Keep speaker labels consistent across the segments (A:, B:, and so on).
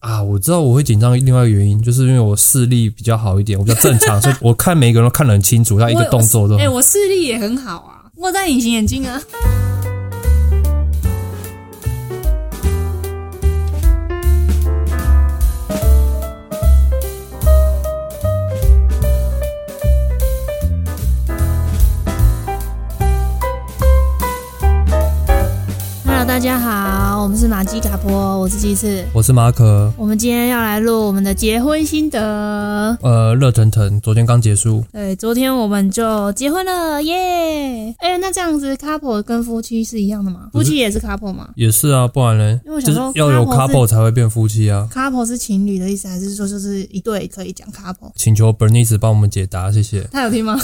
A: 啊我知道我会紧张，另外一个原因就是因为我视力比较好一点，我比较正 常，所以我看每个人都看得很清楚，他一个动作都
B: 哎、。我视力也很好啊，我戴隐形眼镜啊。Hello，大家好，我们是马基卡波，我是鸡翅。
A: 我是马可，
B: 我们今天要来录我们的结婚心得。
A: 呃，热腾腾，昨天刚结束，
B: 对，昨天我们就结婚了，耶！哎、那这样子，couple 跟夫妻是一样的吗？
A: 不
B: 夫
A: 是
B: 妻也是 couple 吗
A: 也是啊，不然呢
B: 因为我，
A: 就
B: 想
A: 是
B: 说
A: 要有
B: couple
A: couple 才会变夫妻啊。
B: ？couple 是情侣的意思，还是说就是一对可以讲 couple？。
A: 请求 Bernice 帮我们解答，谢谢
B: 他有 听吗？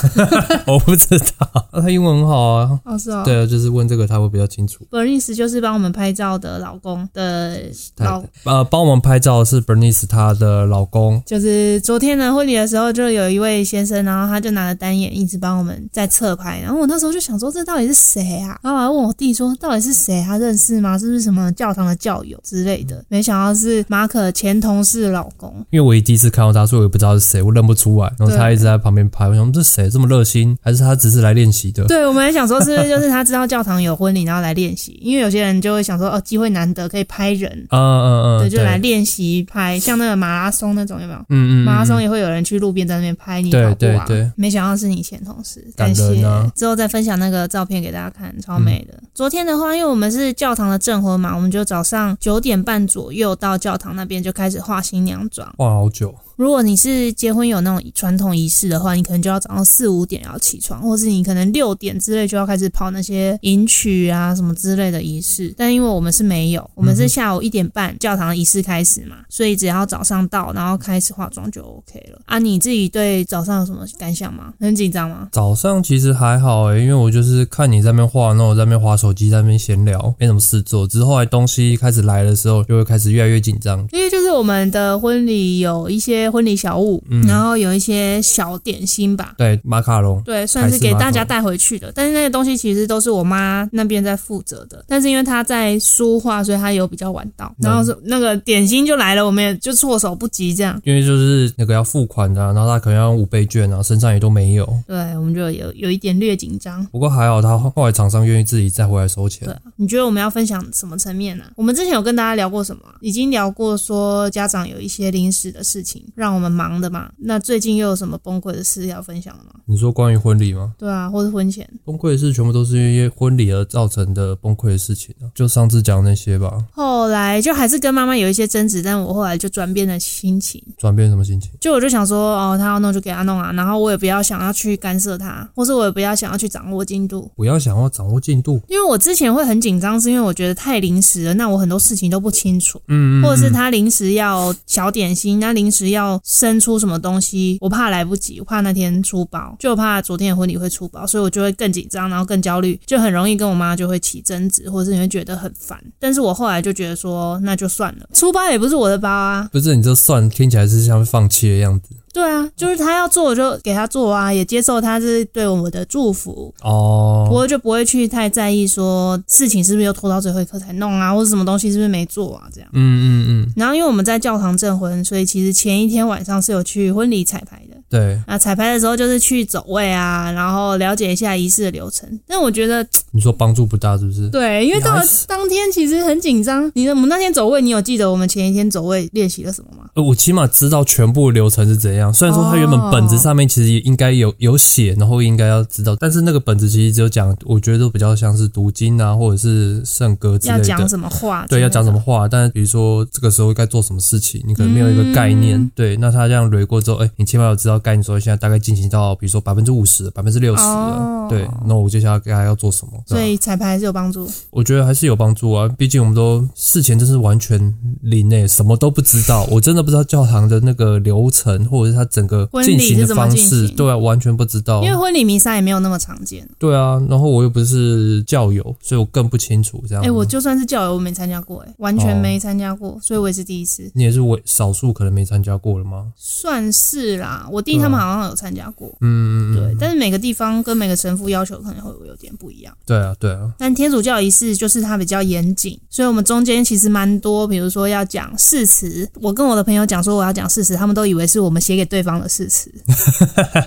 A: 我不知道，啊他英文很好啊。
B: 哦，是哦。
A: 对啊，就是问这个他会比较清楚。
B: ，Bernice 就是帮我们拍照的老公的
A: 他
B: 老，
A: 呃，帮我们拍照的是 Bernice 她的老公，
B: 就是昨天的婚礼的时候，就有一位先生，然后他就拿着单眼一直帮我们在侧拍，然后我那时候就想说，这到底是谁啊？然后我还问我弟说，到底是谁？啊他认识吗？是不是什么教堂的教友之类的？没想到是马可前同事老公。
A: 因为我一第一次看到他，所以我也不知道是谁，我认不出来。然后他一直在旁边拍，我想这谁这么热心，还是他只是来练习的？
B: 对，我们还想说是不是就是他知道教堂有婚礼，然后来练习？因为有些人就会想说，哦，机会难得可以拍人，
A: 嗯嗯嗯，
B: 对，就来练习拍，像那个马拉松那种有没有？
A: 嗯嗯嗯
B: 马拉松也会有人去路边在那边拍你跑步
A: 对
B: 啊。
A: 对对
B: 没想到是你前同事，
A: 感
B: 感谢
A: 人啊。嗯
B: 之后再分享那个照片给大家看，超美的。昨天的话，因为我们是教堂的证婚嘛，我们就早上九点半左右到教堂那边就开始化新娘妆。
A: 哇，好久，
B: 如果你是结婚有那种传统仪式的话，你可能就要早上四五点要起床，或是你可能六点之类就要开始跑那些迎娶啊什么之类的仪式。但因为我们是没有，我们是下午一点半教堂仪式开始嘛，所以只要早上到，然后开始化妆就 OK 了。啊，你自己对早上有什么感想吗？很紧张吗？
A: 早上其实还好欸诶、因为我就是看你在那边画，然后我在那边划手机，在那边闲聊，没什么事做。之后来东西开始来的时候，就会开始越来越紧张。
B: 因为就是我们的婚礼有一些婚礼小物，然后有一些小点心吧，
A: 对，马卡龙，
B: 对，算是给大家带回去的。但是那些东西其实都是我妈那边在负责的，但是因为她在书画，所以她有比较晚到，然后是那个点心就来了，我们也就措手不及这样。
A: 因为就是那个要付款的啊、然后他可能要用五倍券啊，身上也都没有。
B: 对，我们就有有一点略紧张。
A: 不过还好，他后来厂商愿意自己再回来收钱
B: 对。啊，你觉得我们要分享什么层面呢、我们之前有跟大家聊过什么啊？已经聊过说家长有一些临时的事情让我们忙的嘛。那最近又有什么崩溃的事要分享的吗？
A: 你说关于婚礼吗？
B: 对啊，或是婚前。
A: 崩溃的事全部都是因为婚礼而造成的崩溃的事情啊，就上次讲那些吧。
B: 后来就还是跟妈妈有一些争执，但我后来就转变了心情，
A: 转变什么心情？
B: 就我就想说，哦，他要弄就给他弄啊，然后我也不要想要去干涉他，或是我也不要想要去掌握进度，
A: 不要想要掌握进度，
B: 因为我之前会很紧张，是因为我觉得太临时了，那我很多事情都不清楚，
A: 嗯，嗯
B: 或者是他临时要小点心，那临时要生出什么东西，我怕来不及，我怕那天出包，就我怕昨天的婚礼会出包，所以我就会更紧张，然后更焦虑，就很容易跟我妈就会起争执，或者是你会觉得很烦。但是我后来就觉得说，那就算了，出包也不是我的包啊，
A: 不是你这算听起来是像放弃的样子
B: 对啊，就是他要做我就给他做啊，也接受他是对我的祝福，不
A: 哦。
B: 过就不会去太在意说事情是不是又拖到最后一刻才弄啊，或者什么东西是不是没做啊这样。
A: 嗯嗯嗯，
B: 然后因为我们在教堂证婚，所以其实前一天晚上是有去婚礼彩排的。
A: 对，
B: 啊，彩排的时候就是去走位啊，然后了解一下仪式的流程。但我觉得
A: 你说帮助不大是不是？
B: 对，因为到了
A: Yes
B: 当天其实很紧张。你我们那天走位，你有记得我们前一天走位练习了什么吗？
A: 呃我起码知道全部流程是怎样。虽然说它原本
B: 哦
A: 本子上面其实也应该有有写，然后应该要知道，但是那个本子其实只有讲，我觉得都比较像是读经啊，或者是圣歌之
B: 要
A: 类的。
B: 讲什么话？
A: 对，要讲什么？话，但是比如说这个时候该做什么事情，你可能没有一个概念。
B: 嗯
A: 对，那他这样捋过之后，哎、你起码有知道概念，说现在大概进行到比如说百分之五十、百分之六十
B: 哦
A: 了。对，那我接下来该要做什么？对
B: 所
A: 啊
B: 以彩排还是有帮助。
A: 我 觉得还是有帮助啊，毕竟我们都事前真是完全零诶、什么都不知道。我真的不知道教堂的那个流程，或者是它整个
B: 婚礼
A: 进行
B: 是
A: 的
B: 怎么
A: 方
B: 进
A: 式，
B: 行
A: 对啊，完全不知道
B: 因。为婚礼弥撒也没有那么常见。
A: 对啊，然后我又不是教友，所以我更不清楚这样。
B: 哎、我就算是教友，我没参加过、哎，完全
A: 嗯哦
B: 没参加过，所以我也是第一次，
A: 你也是我少数可能没参加过了吗？
B: 算是啦。我弟他们好像有参加过，
A: 嗯，
B: 对，但是每个地方跟每个神父要求可能会有点不一样。
A: 对啊，对啊，
B: 但天主教仪式就是它比较严谨，所以我们中间其实蛮多，比如说要讲誓词。我跟我的朋友讲说我要讲誓词，他们都以为是我们写给对方的誓 词，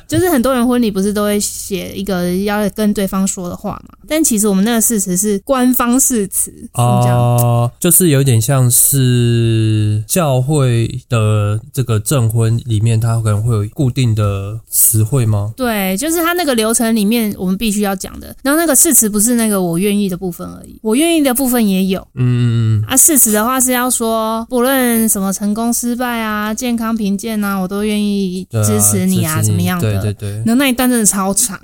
B: 就是很多人婚礼不是都会写一个要跟对方说的话嘛？但其实我们那个誓词是官方誓词，怎么讲？
A: 啊，就是有点像是教会的这个证婚里面，它可能会有固定的词汇吗？
B: 对，就是他那个流程里面我们必须要讲的。然后那个誓词不是那个我愿意的部分而已，我愿意的部分也有。
A: 嗯，嗯嗯
B: 啊，誓词的话是要说，不论什么成功、失败啊、健康、贫贱啊，我都愿意
A: 对啊
B: 支持你啊，怎么样的？
A: 对对对，
B: 然后那一段真的超长，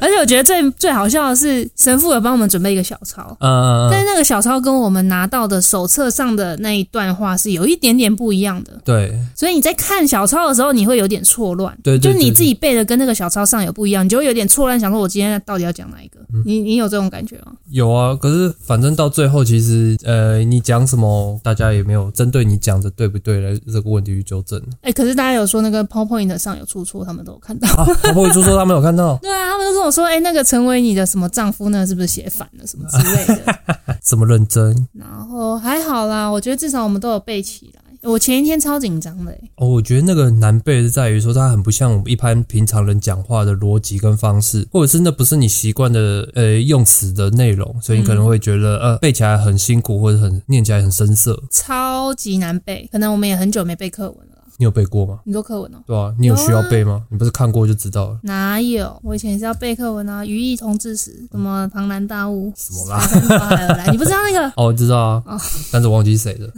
B: 而且我觉得最最好笑的是，神父有帮我们准备一个小抄，
A: 嗯嗯嗯，
B: 但是那个小抄跟我们拿到的手册上的那一段话是有一点点不一样的，
A: 对
B: 所以你在看小抄的时候，你会有点错乱。
A: 对对对，
B: 就你
A: 对
B: 自己背的跟那个小抄上有不一样，你就会有点错乱，想说我今天到底要讲哪一个？
A: 嗯
B: 你你有这种感觉吗？
A: 有啊，可是反正到最后，其实呃，你讲什么，大家也没有针对你讲的对不对来这个问题去纠正
B: 哎、可是大家有说那个 PowerPoint 上有出错，他们都有看到。
A: 啊。他会就说他没有看到
B: 对啊，他们都跟我说，哎、那个成为你的什么丈夫呢，是不是写反了什么之类的？
A: 这哎么认真
B: 然后还好啦，我觉得至少我们都有背起来。我前一天超紧张的、欸，
A: 哦，我觉得那个难背是在于说，它很不像我们一般平常人讲话的逻辑跟方式，或者是那不是你习惯的呃用词的内容，所以你可能会觉得、
B: 嗯
A: 呃背起来很辛苦，或者很念起来很生涩。
B: 超级难背，可能我们也很久没背课文了啦。
A: 你有背过吗？
B: 你说课文哦、
A: 对啊，你有需要
B: 有啊
A: 背吗？你不是看过就知道了。
B: 哪有？我以前也是要背课文啊，于毅同志时，什么庞然大物，什
A: 么啦
B: 海而来， 你不知道那个
A: 哦，我知道啊，但是我忘记是谁了。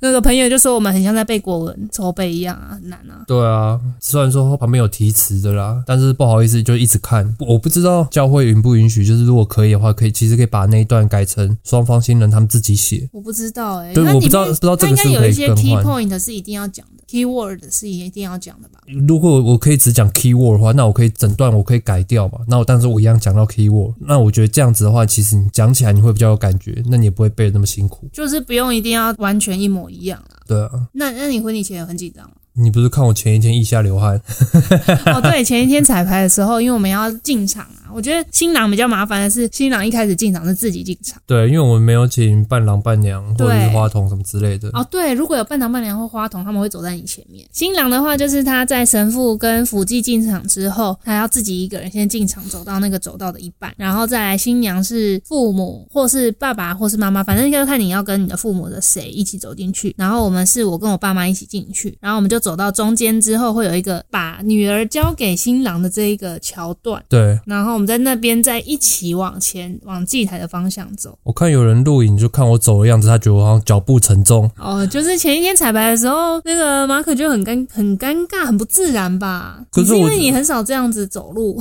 B: 那个朋友就说我们很像在背国文筹备一样啊，很难啊。
A: 对啊，虽然说旁边有提词的啦，但是不好意思，就一直看。不我不知道教会允不允许，就是如果可以的话，可以其实可以把那一段改成双方新人他们自己写。
B: 我不知道哎、欸，
A: 对
B: 它
A: 我不
B: 里
A: 知道
B: 面
A: 不知道这
B: 它
A: 个
B: 应
A: 是不是
B: 该有一
A: 可以
B: 些
A: 更
B: key
A: 换
B: point 是一定要讲的，key word 是一定要讲的吧？
A: 如果我可以只讲 keyword 的话，那我可以整段我可以改掉嘛？那我但是我一样讲到 keyword，那我觉得这样子的话，其实你讲起来你会比较有感觉，那你也不会背得那么辛苦。
B: 就是不用一定要完全一模一样啦。
A: 对啊，
B: 那那你婚礼前有很紧张 吗？
A: 你不是看我前一天腋下流汗，
B: 哦，对，前一天彩排的时候，因为我们要进场啊，我觉得新郎比较麻烦的是，新郎一开始进场是自己进场。
A: 对，因为我们没有请伴郎伴娘或者是
B: 对
A: 花童什么之类的。
B: 哦，对，如果有伴郎伴娘或花童，他们会走在你前面。新郎的话，就是他在神父跟辅祭进场之后，他要自己一个人先进场，走到那个走道的一半，然后再来新娘是父母或是爸爸或是妈妈，反正要看你要跟你的父母的谁一起走进去。然后我们是我跟我爸妈一起进去，然后我们就走到中间之后，会有一个把女儿交给新郎的这一个桥段。
A: 对，
B: 然后我们在那边再一起往前往祭台的方向走。
A: 我看有人录影，就看我走的样子，他觉得我好像脚步沉重。
B: 哦，就是前一天彩排的时候，那个马可就很尴很尴尬，很不自然吧？
A: 可是
B: 你因
A: 我
B: 为你很少这样子走路，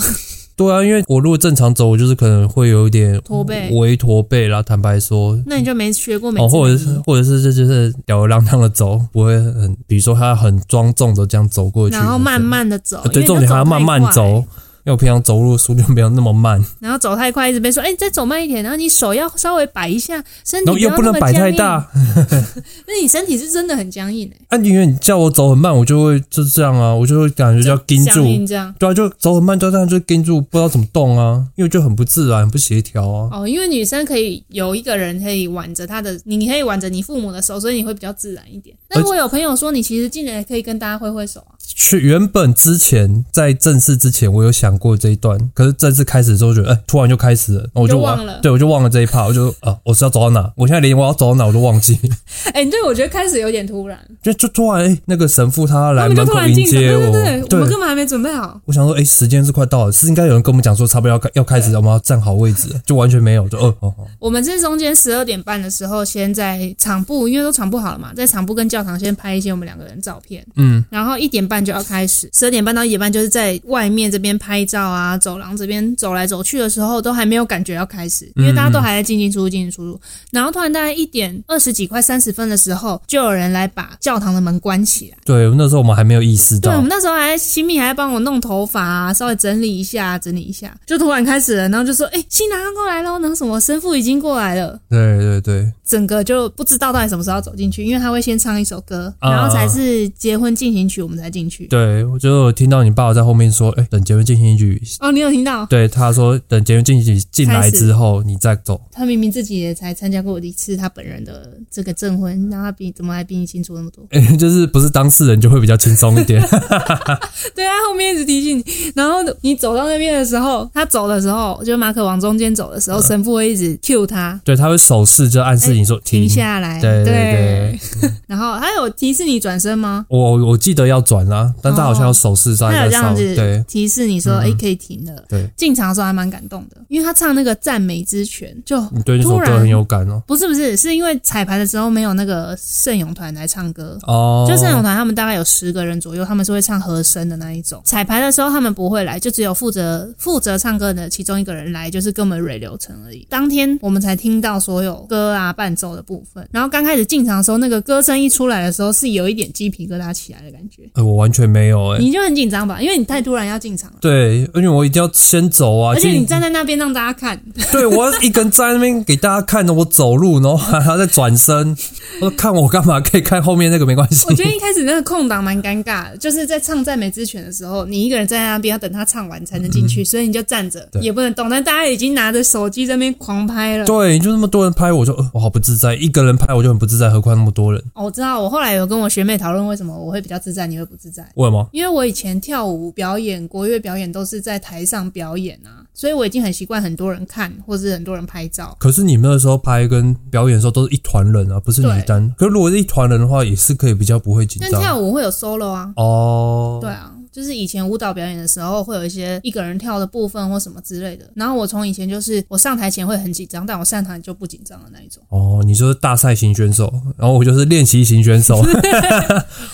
A: 对啊，因为我如果正常走，我就是可能会有一点
B: 驼背
A: 微驼背啦。坦白说，
B: 那你就没学过美
A: 哦，
B: 姿
A: 或
B: 美
A: 者
B: 仪
A: 是或者是这就是吊儿郎当的走，不会很，比如说他很庄重的这样走过去，
B: 然后慢慢的走
A: 呃，对，
B: 因为你
A: 重点还要
B: 都走
A: 慢
B: 太
A: 慢
B: 快
A: 走，，因为我平常走路速度没有那么 慢，
B: 然后走太快，一直被说，哎，你再走慢一点，然后你手要稍微摆一下，身体
A: 然后又
B: 要
A: 不
B: 那
A: 能
B: 么
A: 摆
B: 僵
A: 太
B: 硬，
A: 大。
B: 那你身体是真的很僵硬哎、
A: 啊，因为你叫我走很慢，我就会就是这样啊，我就会感觉叫盯
B: 僵
A: 住。
B: 硬这样。
A: 对啊，就走很慢，就这样就盯住，不知道怎么动啊，因为就很不自然，很不协调啊。
B: 哦，因为女生可以有一个人可以挽着她的，你可以挽着你父母的手，所以你会比较自然一点。
A: 而
B: 但
A: 且
B: 我有朋友说，你其实进来可以跟大家挥挥手啊。
A: 去原本之前在正式之前，我有想过这一段，可是正式开始之后，觉得哎、突然就开始了，然后我
B: 就
A: 忘
B: 忘了
A: 对我就忘了这一趴，我就啊，我是要走到哪？我现在连我要走到哪我都忘记。
B: 哎、你对我觉得开始有点突然，
A: 就就突然、哎，那个神父他
B: 他
A: 来
B: 们就
A: 门
B: 突
A: 口
B: 然
A: 迎
B: 进场，
A: 接
B: 对
A: 我，
B: 对对，我们根本还没准备好。
A: 我想说，哎、时间是快到了，是应该有人跟我们讲说，差不多要开要开始，我们要站好位置了，就完全没有，就哦哦哦，
B: 我们是中间十二点半的时候，先在场部，因为都场部好了嘛，在场部跟教堂先拍一些我们两个人照片，
A: 嗯，
B: 然后一点半就就要开始，十二点半到一点半就是在外面这边拍照啊，走廊这边走来走去的时候，都还没有感觉要开始，因为
A: 嗯
B: 大家都还在进进出出进进出出。然后突然大概一点二十几快三十分的时候，就有人来把教堂的门关起来。
A: 对，那时候我们还没有意识
B: 对，啊我
A: 到
B: 们，那时候还新密还在帮我弄头发、啊，稍微整理一下，整理一下，就突然开始了，然后就说：“哎、新郎要过来喽，然后什么神父已经过来了。”
A: 对对对，
B: 整个就不知道到底什么时候要走进去，因为他会先唱一首歌，
A: 啊
B: 然后才是结婚进行曲，我们才进去。
A: 对我就有听到你爸爸在后面说，哎、等结婚进行曲，
B: 哦，你有听到？
A: 对他说，等结婚进行曲进来之后你再走，
B: 他明明自己也才参加过一次他本人的这个证婚，然后他比怎么还比你清楚那么多？
A: 哎、 就是不是当事人就会比较轻松一 点，
B: 对啊，他后面一直提醒你，然后你走到那边的时候，他走的时候，就马可往中间走的时候，神父会一直 cue 他。
A: 对，他会手势就暗示你说、
B: 哎停下来，
A: 对对对，
B: 然后他有提示你转身吗？
A: 我我记得要转啦、但他好啊像有手势在
B: 哦他
A: 在
B: 有这
A: 上，
B: 样子
A: 对嗯
B: 提示你说，哎、可以停了。
A: 对
B: 进场的时候还蛮感动的，因为他唱那个赞美之泉，就
A: 你对那首
B: 突然
A: 歌很有感哦。
B: 不是不是，是因为彩排的时候没有那个盛勇团来唱歌。
A: 哦，
B: 就盛勇团，他们大概有十个人左右，他们是会唱和声的那一种。彩排的时候他们不会来，就只有负责负责唱歌的其中一个人来，就是跟我们蕊流程而已。当天我们才听到所有歌啊伴奏的部分。然后刚开始进场的时候，那个歌声一出来的时候，是有一点鸡皮疙瘩起来的感觉。
A: 呃我完全没有哎、
B: 你就很紧张吧，因为你太突然要进场了，
A: 对，因为我一定要先走啊，
B: 而且
A: 其实
B: 你站在那边让大家 看，
A: 对我要一个人站在那边给大家看着我走路，然后还要再转 身，我说看我干嘛？可以看后面那个没关系
B: 我。觉得一开始那个空档蛮尴尬的，就是在唱赞美之泉的时候，你一个人站在那边要等他唱完才能进去，所以你就站着
A: 嗯对
B: 也不能动。但大家已经拿着手机在那边狂拍了。
A: 对，就那么多人拍，我就呃我好不自在，一个人拍我就很不自在，何况那么多人？
B: 哦，我知道，我后来有跟我学妹讨论为什么我会比较自在，你会不自在。
A: 为什么？
B: 因为我以前跳舞表演、国乐表演都是在台上表演啊，所以我已经很习惯很多人看，或是很多人拍照。
A: 可是你们那时候拍跟表演的时候都是一团人啊，不是
B: 对
A: 你单。可是如果是一团人的话，也是可以比较不会紧
B: 但
A: 张
B: 跳舞会有 solo 啊，
A: 哦。
B: 对啊，就是以前舞蹈表演的时候，会有一些一个人跳的部分或什么之类的。然后我从以前就是我上台前会很紧张，但我上台就不紧张的那一种。
A: 哦，你就是大赛型选手，然后我就是练习型选 手。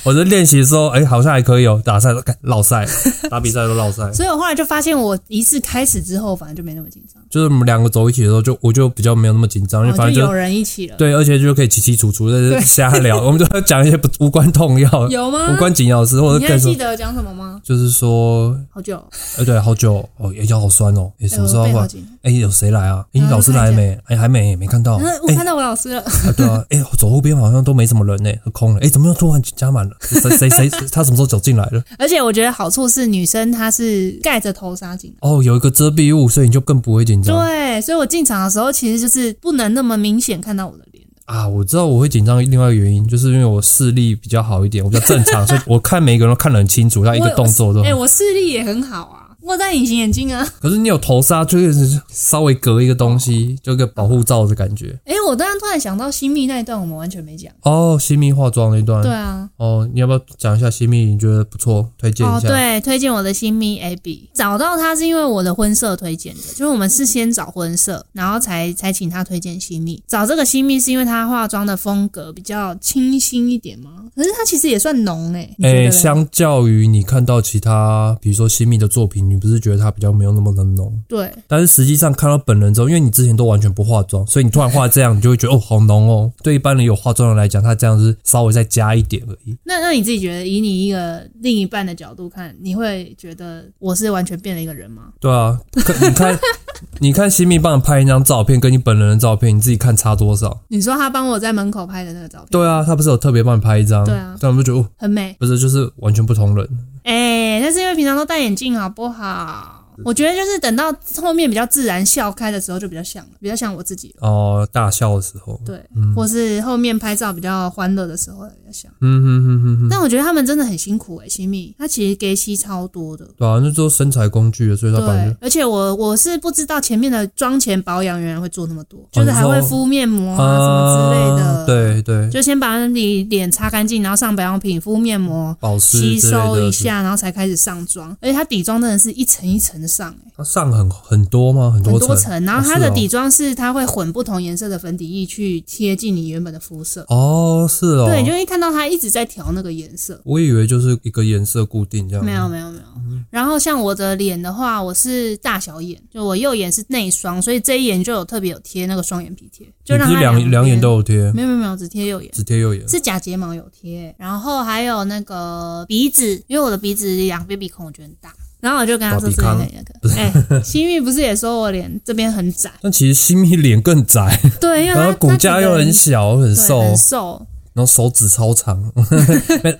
A: 我在练习的时候，哎、好像还可以哦。打赛都干落 赛，打比赛都落赛。
B: 所以我后来就发现，我仪式开始之后，反正就没那么紧张，
A: 就是我们两个走一起的时候就，我就比较没有那么紧张，因为
B: 哦
A: 反正
B: 就
A: 就
B: 有人一起了。
A: 对，而啊且就可以起起楚楚在这瞎聊，我们就要讲一些不无关痛要、
B: 有吗
A: 无？关紧要的事，或
B: 你
A: 者
B: 还
A: 更
B: 记
A: 说
B: 得讲什么吗？
A: 就是说，
B: 好久哦，
A: 哎、对，好久哦，也腰好酸哦，哎、什么时候
B: 哎我背好
A: 换？
B: 紧
A: 哎、有谁来啊？哎、
B: 嗯
A: 老师来没？哎、还没，没看到。 哎、
B: 嗯，我看到我老师了，
A: 啊对啊，哎、走后边好像都没什么人呢、很空了。哎、怎么又突然加满了？谁谁谁，谁他什么时候走进来了？
B: 而且我觉得好处是女生她是盖着头纱进来。
A: 哦，有一个遮蔽物，所以你就更不会紧张
B: 对，啊所以我进场的时候其实就是不能那么明显看到我的脸。
A: 啊。我知道我会紧张，另外一个原因就是因为我视力比较好一点，我比较正 常，所以我看每一个人都看得很清楚，他一
B: 我
A: 个
B: 有
A: 动作都
B: 哎、我视力也很好啊，我戴隐形眼镜啊。
A: 可是你有头纱，就是稍微隔一个东西，
B: 哦
A: 就一个保护罩的感觉。
B: 哎、我刚刚突然想到新密那一段，我们完全没讲。
A: 哦，新密化妆那一段，
B: 对啊，
A: 哦，你要不要讲一下新密？你觉得不错，推荐
B: 哦
A: 一下。
B: 对，推荐我的新密 Abby，找到他是因为我的婚社推荐的，就是我们是先找婚社，然后才才请他推荐新密。找这个新密是因为她化妆的风格比较清新一点嘛，可是她其实也算浓哎、你觉得
A: 哎，
B: 嘞
A: 相较于你看到其他，比如说新密的作品，你不是觉得她比较没有那么的浓？
B: 对，
A: 但是实际上看到本人之后，因为你之前都完全不化妆，所以你突然化这样，你就会觉得哦，好浓哦。对一般人有化妆的来讲，她这样是稍微再加一点而已。
B: 那那你自己觉得，以你一个另一半的角度看，你会觉得我是完全变了一个人吗？
A: 对啊，可你看， 你看新密帮你拍一张照片，跟你本人的照片，你自己看差多少？
B: 你说他帮我在门口拍的那个照片，
A: 对啊，他不是有特别帮你拍一张？
B: 对啊
A: 但我们就觉得哦，
B: 很美。
A: 不是，就是完全不同人。
B: 哎、但是因为平常都戴眼镜，好不好？我觉得就是等到后面比较自然笑开的时候，就比较像了，比较像我自己了。
A: 哦、大笑的时候，
B: 对，或是后面拍照比较欢乐的时候比较像。
A: 嗯哼哼哼哼，
B: 但我觉得他们真的很辛苦哎、欸，新密他其实给息超多的。
A: 对啊，那都身材工具了，所以他反
B: 对
A: 正，
B: 而且我我是不知道前面的妆前保养原来会做那么多，就是
A: 哦你
B: 还会
A: 说
B: 敷面膜啊什么之类的。
A: 啊对对，
B: 就先把你脸擦干净，然后上保养品、敷面膜，
A: 保湿
B: 吸
A: 之类
B: 收
A: 的
B: 一，下，然后才开始上妆。而且它底妆真的是一层一层的上、欸，
A: 它上很很多吗？很
B: 很
A: 多
B: 多
A: 层，
B: 层，然后它
A: 哦
B: 的
A: 是哦
B: 底妆是它会混不同颜色的粉底液去贴近你原本的肤色，
A: 哦，是哦，
B: 对，你就会看到它一直在调那个颜色。
A: 我以为就是一个颜色固定这样，
B: 没有没有没有，然后像我的脸的话，我是大小眼，就我右眼是内双，所以这一眼就有特别有贴那个双眼皮贴，就
A: 你
B: 让
A: 不是
B: 它
A: 两两眼
B: 边
A: 都有贴，
B: 没有没有没有只贴右眼，
A: 只贴右眼，
B: 是假睫毛有贴，然后还有那个鼻子，因为我的鼻子两边鼻孔我觉得很大，然后我就跟他说
A: 哦大鼻
B: 这个
A: 康
B: 那个，哎、新玉不是也说我脸这边很 窄，
A: 但其实西米脸更窄，
B: 对，因为
A: 然
B: 他
A: 后骨架又很小，很
B: 很
A: 瘦，
B: 很瘦，
A: 然后手指超长。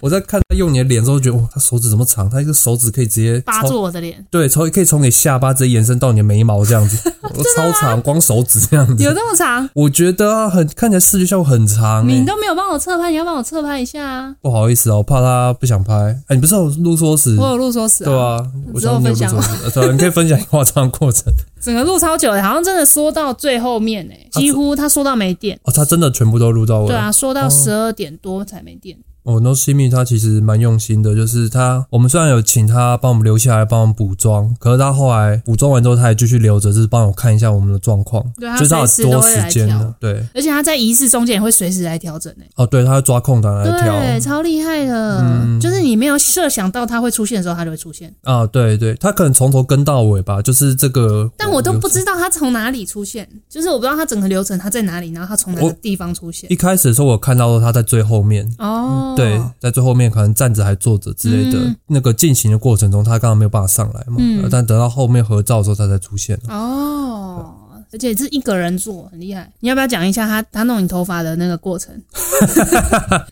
A: 我在看他用你的脸的时候，觉得哇，他手指怎么长？他一个手指可以直接
B: 扒
A: 从
B: 住我的脸，
A: 对，从可以从你下巴直接延伸到你的眉毛这样 子，我超长，光手指这样
B: 有
A: 子。
B: 这么长？
A: 我觉得啊，很看起来视觉效果很长、
B: 你
A: 欸。
B: 都没有帮我侧拍，你要帮我侧拍一下啊！
A: 不好意思哦，我怕他不想拍。哎、你不是有录说时
B: 我有录说死
A: 对
B: 啊，
A: 啊？我
B: 之后
A: 想你有
B: 分
A: 录
B: 享
A: 说时，呃对啊，你可以分享你化妆的过 程。
B: 整个录超久的，好像真的缩到最后面哎、几乎他缩到没电。
A: 哦，他真的全部都录到位。
B: 对啊，缩到十二点多才没电。
A: 哦，No Simi 他其实蛮用心的，就是他我们虽然有请他帮我们留下来帮我们补妆，可是他后来补妆完之后，他也继续留着，就是帮我看一下我们的状况，
B: 对他
A: 就是他有
B: 随时都
A: 多
B: 会来
A: 时间
B: 调
A: 的，对，
B: 而且他在仪式中间也会随时来调整哎、
A: 哦，对，他会抓空档来
B: 对，
A: 调，
B: 超厉害的，
A: 嗯
B: 就是你没有设想到它会出现的时候，它就会出现。
A: 啊，对对，他可能从头跟到尾吧，就是这个，
B: 但我都不知道它从哪里出现，就是我不知道它整个流程它在哪里，然后它从哪个
A: 我
B: 地方出现
A: 一。开始的时候我看到他在最后面。
B: 哦，
A: 嗯对，在最后面可能站着还坐着之类的，
B: 嗯
A: 那个进行的过程中，他刚刚没有办法上来嘛，呃
B: 嗯
A: 但等到后面合照的时候，他才出 现。
B: 哦。而且是一个人做，很厉害。你要不要讲一下他他弄你头发的那个过程？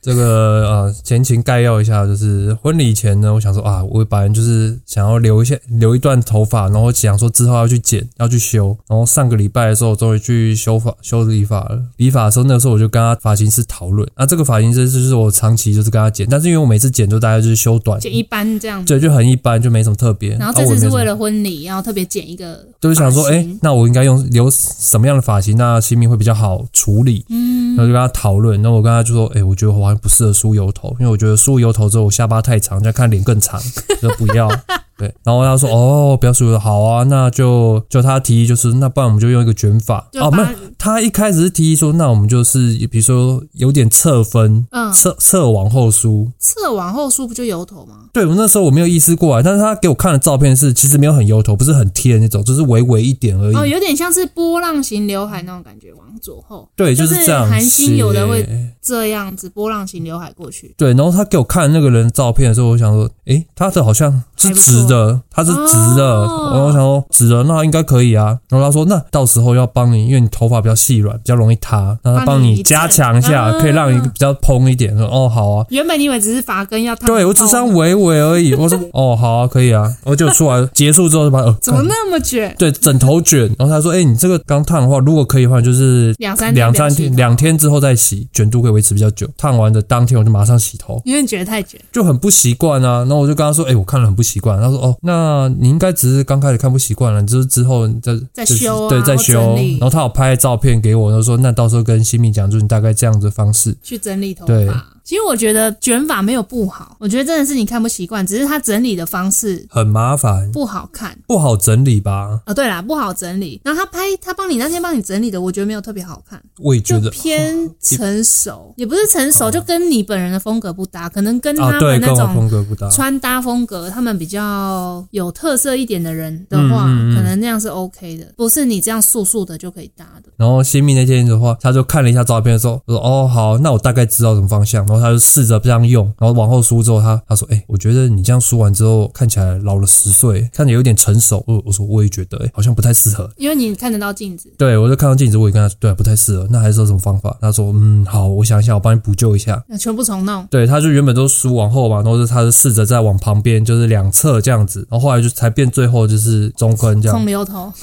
A: 这个呃，前情概要一下，就是婚礼前呢，我想说啊，我本来就是想要留一些留一段头发，然后想说之后要去剪，要去修。然后上个礼拜的时候，我终于去修发修理发了。理发的时候，那个时候我就跟他发型师讨论，啊，这个发型师就是我长期就是跟他剪，但是因为我每次剪就大概就是修短，
B: 剪一般这样子。
A: 对，就很一般，就没什么特别。
B: 然后
A: 啊
B: 这
A: 我
B: 次
A: 也
B: 是
A: 没什么
B: 为了婚礼，然后特别剪一个，
A: 就是想说，
B: 发
A: 哎、
B: 型
A: 那我应该用留什么样的发型，那新密会比较好处理？嗯，然后就跟他讨论。那我跟他就说，哎、我觉得我好像不适合梳油头，因为我觉得梳油头之后我下巴太长，再看脸更 长，就不要。对，然后他说，哦，不要梳油头，好啊，那就就他提议就是，那不然我们就用一个卷发
B: 就
A: 哦，没
B: 把
A: 有，他一开始是提议说，那我们就是比如说有点侧分，
B: 嗯
A: 侧侧往后梳。
B: 侧往后梳不就油头吗？
A: 对我那时候我没有意识过啊来，但是他给我看的照片是其实没有很油头，不是很贴的那种，就是微微一点而已。
B: 哦，有点像是波浪形刘海那种感觉，往左后
A: 对，
B: 就是是
A: 这样。
B: 韩星有的会这样子波浪形刘海过去。
A: 对，然后他给我看那个人的照片的时候，我想说，诶，他的好像是直的，他是直的，
B: 哦
A: 然后我想说直的那应该可以啊。然后他说，那到时候要帮你，因为你头发比较细软，比较容易塌，那他
B: 帮
A: 帮
B: 你
A: 你加强一下，
B: 整
A: 可以让你
B: 啊
A: 比较蓬一点。说哦，好啊。
B: 原本你以为只是发根要烫，
A: 对，我只是这样微微而已。我说哦，好啊，可以啊。我就出来结束之后就把哦，
B: 怎么
A: 干
B: 那么卷？
A: 对整头卷。然后他说，哎诶，你这个刚烫的话，如果可以的话，就是
B: 两三
A: 两
B: 不要
A: 三
B: 洗
A: 天，
B: 头
A: 两，天之后再洗，卷度可以维持比较久。烫完的当天我就马上洗头，
B: 因为你觉得太卷，
A: 就很不习惯啊。然后我就跟他说：“哎、我看了很不习惯。”他说：“哦，那你应该只是刚开始看不习惯了，你就是之后你再
B: 再
A: 就是
B: 修啊
A: 对，再
B: 或
A: 修。
B: 整理”
A: 然后他有拍照片给我，他说：“那到时候跟新米讲，就是你大概这样子的方式。
B: 去整理头
A: 对
B: 发。其实我觉得卷发没有不好，我觉得真的是你看不习惯，只是它整理的方式”
A: 很麻烦，
B: 不好看。
A: 不好整理吧？
B: 啊、对啦，不好整理。然后他拍他帮你那天帮你整理的，我觉得没有特别好看，
A: 我也觉
B: 就
A: 得哦
B: 偏成熟，也不是成熟，就跟你本人的风格不搭，可能跟
A: 啊，
B: 他
A: 对，
B: 们
A: 跟
B: 那
A: 我
B: 种
A: 风格不搭。
B: 穿搭风格，他们比较有特色一点的人的话，
A: 嗯嗯嗯
B: 可能那样是 OK 的，不是你这样素素的就可以搭的。
A: 然后新密那天的话，他就看了一下照片的时候，我说：“哦，好，那我大概知道什么方向。”然后他就试着这样用，然后往后梳之后，他他说：“哎、我觉得你这样梳完之后，看起来老了十岁，看起来有点成熟。我”我说：“我也觉得，哎、好像不太适合。”
B: 因为你看得到镜子，
A: 对，我就看到镜子，我也跟他说：“对，不太适合。”那还是有什么方法？他说：“嗯，好，我想一下，我帮你补救一下。”
B: 那全部重弄。
A: 对，他就原本都梳往后嘛，然后就他就试着再往旁边，就是两侧 这样子，然后后来就才变最后就是中分这样
B: 空。留头。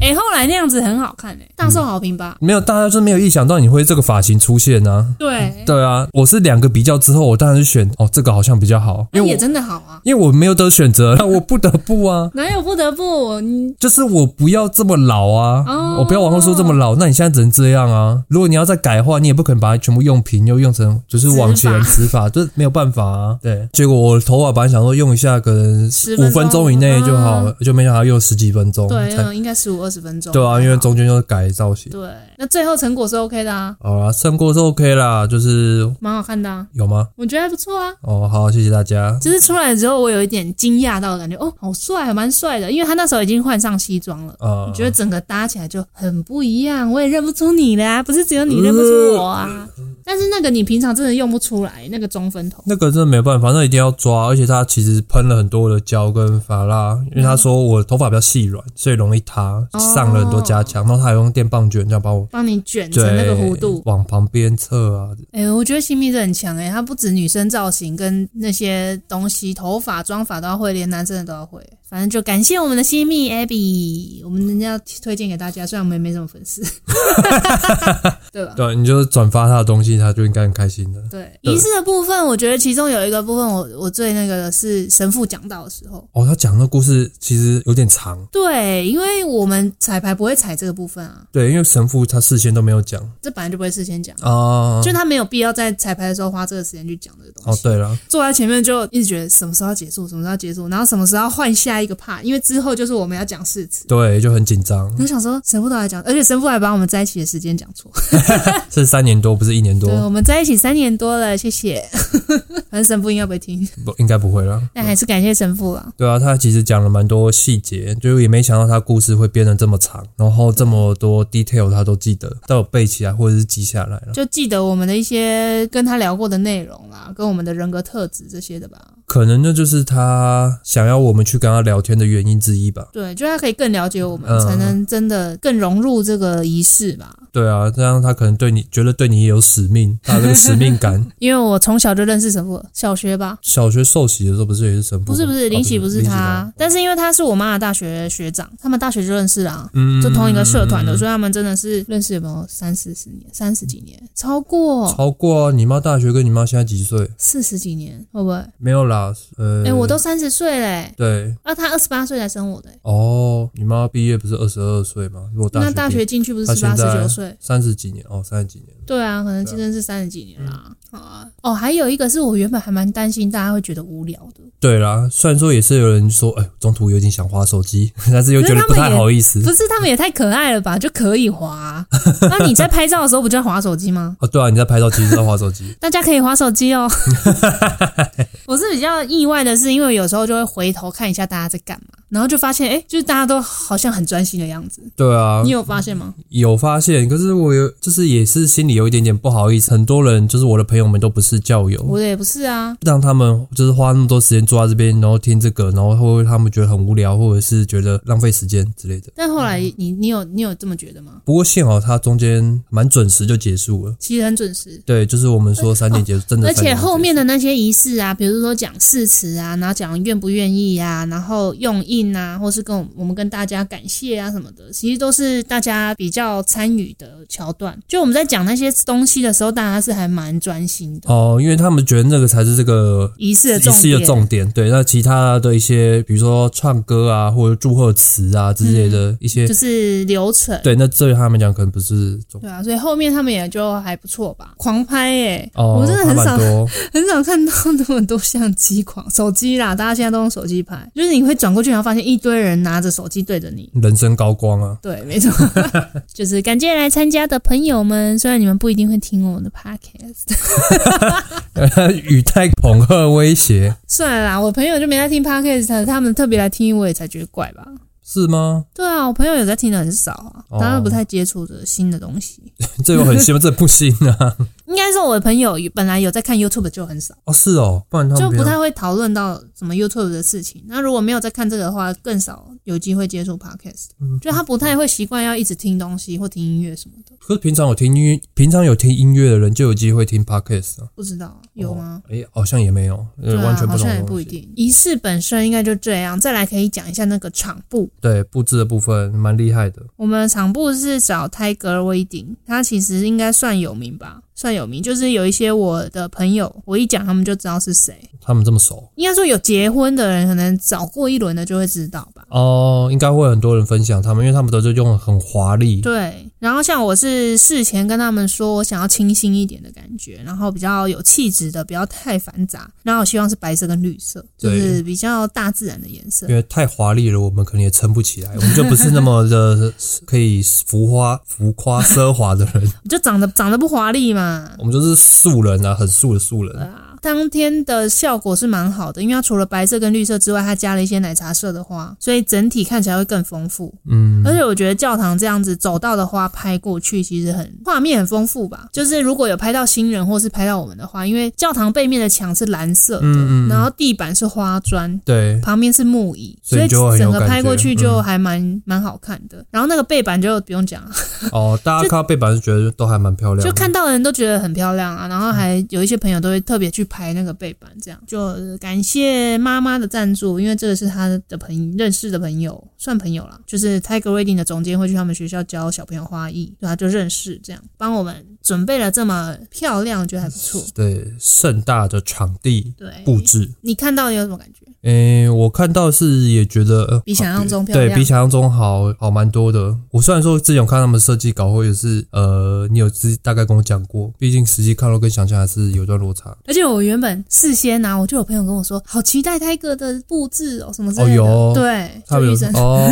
B: 哎、后来那样子很好看哎、大受好评吧？
A: 没有，大家就没有意想到你会这个发型出现啊。
B: 对，
A: 对啊，我是两个比较之后，我当然是选哦，这个好像比较好，
B: 那
A: 因为
B: 也
A: 我
B: 真的好啊，
A: 因为我没有得选择， 那我不得不啊，
B: 哪有不得不？你
A: 就是我不要这么老啊，
B: 哦
A: 我不要往后说这么老，那你现在只能这样啊。如果你要再改的话，你也不可能把它全部用平，又用成就是往前直发，这没有办法 啊。对，结果我头发本来想说用一下，可能
B: 10
A: 五分钟以内就好了，就没想到用十几分钟
B: 嗯对，
A: 才
B: 嗯应该十五二十分钟。
A: 对啊，因为中间又改造型。
B: 对，那最后成果是 OK 的啊，
A: 好啦，胜过是 OK 啦，就是
B: 蛮好看的啊，
A: 有吗？
B: 我觉得还不错啊。
A: 哦，好，谢谢大家。
B: 只是出来之后，我有一点惊讶到的感觉，哦，好帅，蛮帅的，因为他那时候已经换上西装了。
A: 啊、
B: 我觉得整个搭起来就很不一样，我也认不出你了啊，不是只有你认不出我啊。但是那个你平常真的用不出来，那个中分头，
A: 那个真的没办法，那一定要抓，而且他其实喷了很多的胶跟发蜡，因为他说我头发比较细软，所以容易塌，
B: 哦
A: 上了很多加强，然后他还用电棒卷这样把我
B: 帮你卷成
A: 对
B: 那个弧度。
A: 往旁边侧啊，
B: 哎、我觉得新密是很强哎、他不止女生造型跟那些东西，头发、妆发都要会，连男生的都要会。反正就感谢我们的新密 Abby，我们人家推荐给大家，虽然我们也没什么粉丝，对吧？
A: 对，你就转发他的东西，他就应该很开心的。
B: 对
A: 对
B: 仪式的部分，我觉得其中有一个部分我，我最那个的是神父讲到的时候，
A: 哦，他讲的故事其实有点长，
B: 对，因为我们彩排不会彩这个部分啊，
A: 对，因为神父他事先都没有讲
B: 这本来就不会事先讲，
A: 啊。
B: 就他没有必要在彩排的时候花这个时间去讲这个东
A: 哦
B: 西。，
A: 对了，
B: 坐在前面就一直觉得什么时候要结束，什么时候要结束，然后什么时候要换下一个 part，因为之后就是我们要讲誓词。
A: 对，就很紧张
B: 我，就想说，神父都来讲，而且神父还把我们在一起的时间讲错。
A: 是三年多，不是一年
B: 对，
A: 多，
B: 我们在一起三年多了，谢谢。 反正神父应该不会听，
A: 不应该不会啦。
B: 但还是感谢神父啦。
A: 对啊，他其实讲了蛮多细节，就是也没想到他故事会编得这么长，然后这么多 detail 他都记得，都有背起来或者是记下来了。
B: 就记得我们的一些跟他聊过的内容啦，跟我们的人格特质这些的吧。
A: 可能那就是他想要我们去跟他聊天的原因之一吧。
B: 对，就他可以更了解我们，
A: 嗯
B: 才能真的更融入这个仪式吧。
A: 对啊，这样他可能对你觉得对你也有使命，他有这个使命 感。
B: 因为我从小就认识神父了，小学吧。
A: 小学受洗的时候不是也是神父吗？
B: 不是不是，
A: 哦
B: 林喜不是
A: 林
B: 他，但是因为他是我妈的大学学长，他们大学就认识啦、
A: 嗯
B: 就同一个社团的，所以他们真的是认识有没有三四十年、三十几年，超过
A: 超过啊！你妈大学跟你妈现在几岁？
B: 四十几年，会不会？哎、
A: 没有啦，呃，
B: 我都三十岁嘞，
A: 对
B: 啊，他二十八岁才生我的、
A: 哦，你妈毕业不是二十二岁吗？如果大学
B: 那大学进去不是十八、
A: 他
B: 十
A: 现在
B: 九岁？
A: 三十几年哦，三十几年。
B: 对啊，可能竞争是三十几年啦。好啊，哦，还有一个是我原本还蛮担心大家会觉得无聊的，
A: 对啦，虽然说也是有人说，哎，中途有点想划手机， 但是又觉得不太好意思。
B: 不是他们也太可爱了吧？就可以滑、 那你在拍照的时候不就要滑手机吗？，
A: 哦，对啊，你在拍照其实是在划手机
B: 大家可以划手机哦。我是比较意外的是，因为有时候就会回头看一下大家在干嘛，然后就发现，哎、就是大家都好像很专心的样子。
A: 对啊
B: 你，有发现吗？
A: 有发现，可是我有就是也是心里有一点点不好意思，很多人就是我的朋友们都不是教友。
B: 我的也不是啊，
A: 让他们就是花那么多时间坐在这边，然后听这个，然后会不会他们觉得很无聊，或者是觉得浪费时间之类的。
B: 但后来你你有你有这么觉得吗？
A: 不过幸好他中间蛮准时就结束了，
B: 其实很准时。
A: 对，就是我们说三点结束，真的
B: 而
A: 三点结束。
B: 且后面的那些仪式啊，比如说讲誓词啊，然后讲愿不愿意啊，然后用印啊，或是跟我我们跟大家感谢啊什么的，其实都是大家比较参与的桥段。就我们在讲那些东西的时候，大家是还蛮专心的。
A: 哦，因为他们觉得那个才是这个
B: 仪式的
A: 仪
B: 重
A: 式
B: 点，
A: 的重点，对。那其他的一些，比如说唱歌啊，或者祝贺词啊之类的一些，
B: 嗯就是流程。
A: 对，那对他们讲可能不是重
B: 对啊，所以后面他们也就还不错吧，狂拍耶、
A: 哦，
B: 我真的很
A: 还
B: 少
A: 蛮 多。
B: 很少看到那么多相机狂手机啦，大家现在都用手机拍，就是你会转过去，然后发现一堆人拿着手机对着你。
A: 人生高光啊，
B: 对，没 错，就是感谢来参加的朋友们，虽然你们不一定会听我们的 podcast，
A: 语带恐吓威胁
B: 算了啦，我朋友就没在听 podcast，他们特别来听，我也才觉得怪吧。
A: 是吗？
B: 对啊，我朋友有在听的很少啊，
A: 哦
B: 大家都不太接触着新的东西。
A: 这有很新吗？这不新啊！
B: 因 应该是我的朋友本来有在看 YouTube 就很少，
A: 哦，是哦，不然他们
B: 就
A: 平
B: 不
A: 常
B: 太会讨论到什么 YouTube 的事情。那如果没有在看这个的话，更少有机会接触 Podcast，、就他不太会习惯要一直听东西或听音乐什么的。
A: 可是平常有听音乐，平常有听音乐的人就有机会听 podcast 啊？
B: 不知道有吗？
A: 哦？哎、好像也没有，呃，
B: 对啊
A: 完全
B: 好
A: 不同
B: 像
A: 的
B: 也
A: 东
B: 不一
A: 西。
B: 定。仪式本身应该就这样。再来可以讲一下那个场布，
A: 对布置的部分蛮厉害的，
B: 我们的场部是找泰格尔威丁，他其实应该算有名吧，算有名。就是有一些我的朋友，我一讲他们就知道是谁。
A: 他们这么熟
B: 应该说有结婚的人，可能找过一轮的就会知道吧。
A: 哦，应该会很多人分享他们，因为他们都是用得很华丽，
B: 对，然后像我是事前跟他们说我想要清新一点的感觉，然后比较有气质的，不要太繁杂。然后我希望是白色跟绿色，就
A: 对
B: 是比较大自然的颜色
A: 因。为太华丽了，我们可能也撑不起 来，我们就不是那么的 可以浮夸、浮夸、奢华的 人，
B: 就长得长得不华丽嘛。
A: 我们就是素人啊，很素的素
B: 呃
A: 人。
B: 啊当天的效果是蛮好的，因为它除了白色跟绿色之外，它加了一些奶茶色的花，所以整体看起来会更丰富。嗯，而且我觉得教堂这样子走道的花拍过去，其实很画面很丰富吧。就是如果有拍到新人或是拍到我们的话，因为教堂背面的墙是蓝色的，
A: 嗯嗯嗯
B: 然后地板是花砖，
A: 对，
B: 旁边是木椅，
A: 所以
B: 以
A: 就很有
B: 整个
A: 感
B: 拍过
A: 觉
B: 去
A: 嗯
B: 就还蛮、蛮好看的。然后那个背板就不用讲了，
A: 哦，大家看到背板就觉得都还蛮漂亮的，
B: 就看到的人都觉得很漂亮啊，然后
A: 嗯
B: 还有一些朋友都会特别去拍那个背板，这样就感谢妈妈的赞助，因为这个是她的朋认识的朋友，算朋友啦，就是 Tiger Reading 的总监会去他们学校教小朋友花艺，对，他就认识这样，帮我们准备了这么漂亮，我觉得还不错。
A: 对盛大的场地
B: 对，
A: 布置。
B: 你看到有什么感觉？
A: 诶、我看到是也觉得、呃、
B: 比想象中漂亮
A: 对比想象中好好蛮多的。我虽然说之前有看他们设计稿，或者是呃，你有之大概跟我讲过，毕竟实际看到跟想象还是有段落差。
B: 而且我原本事先呢、啊，我就有朋友跟我说，好期待 Tiger 的布置哦，什么之类的，
A: 哦有哦
B: 对，
A: 他们
B: 就
A: 有
B: 医生
A: 哦，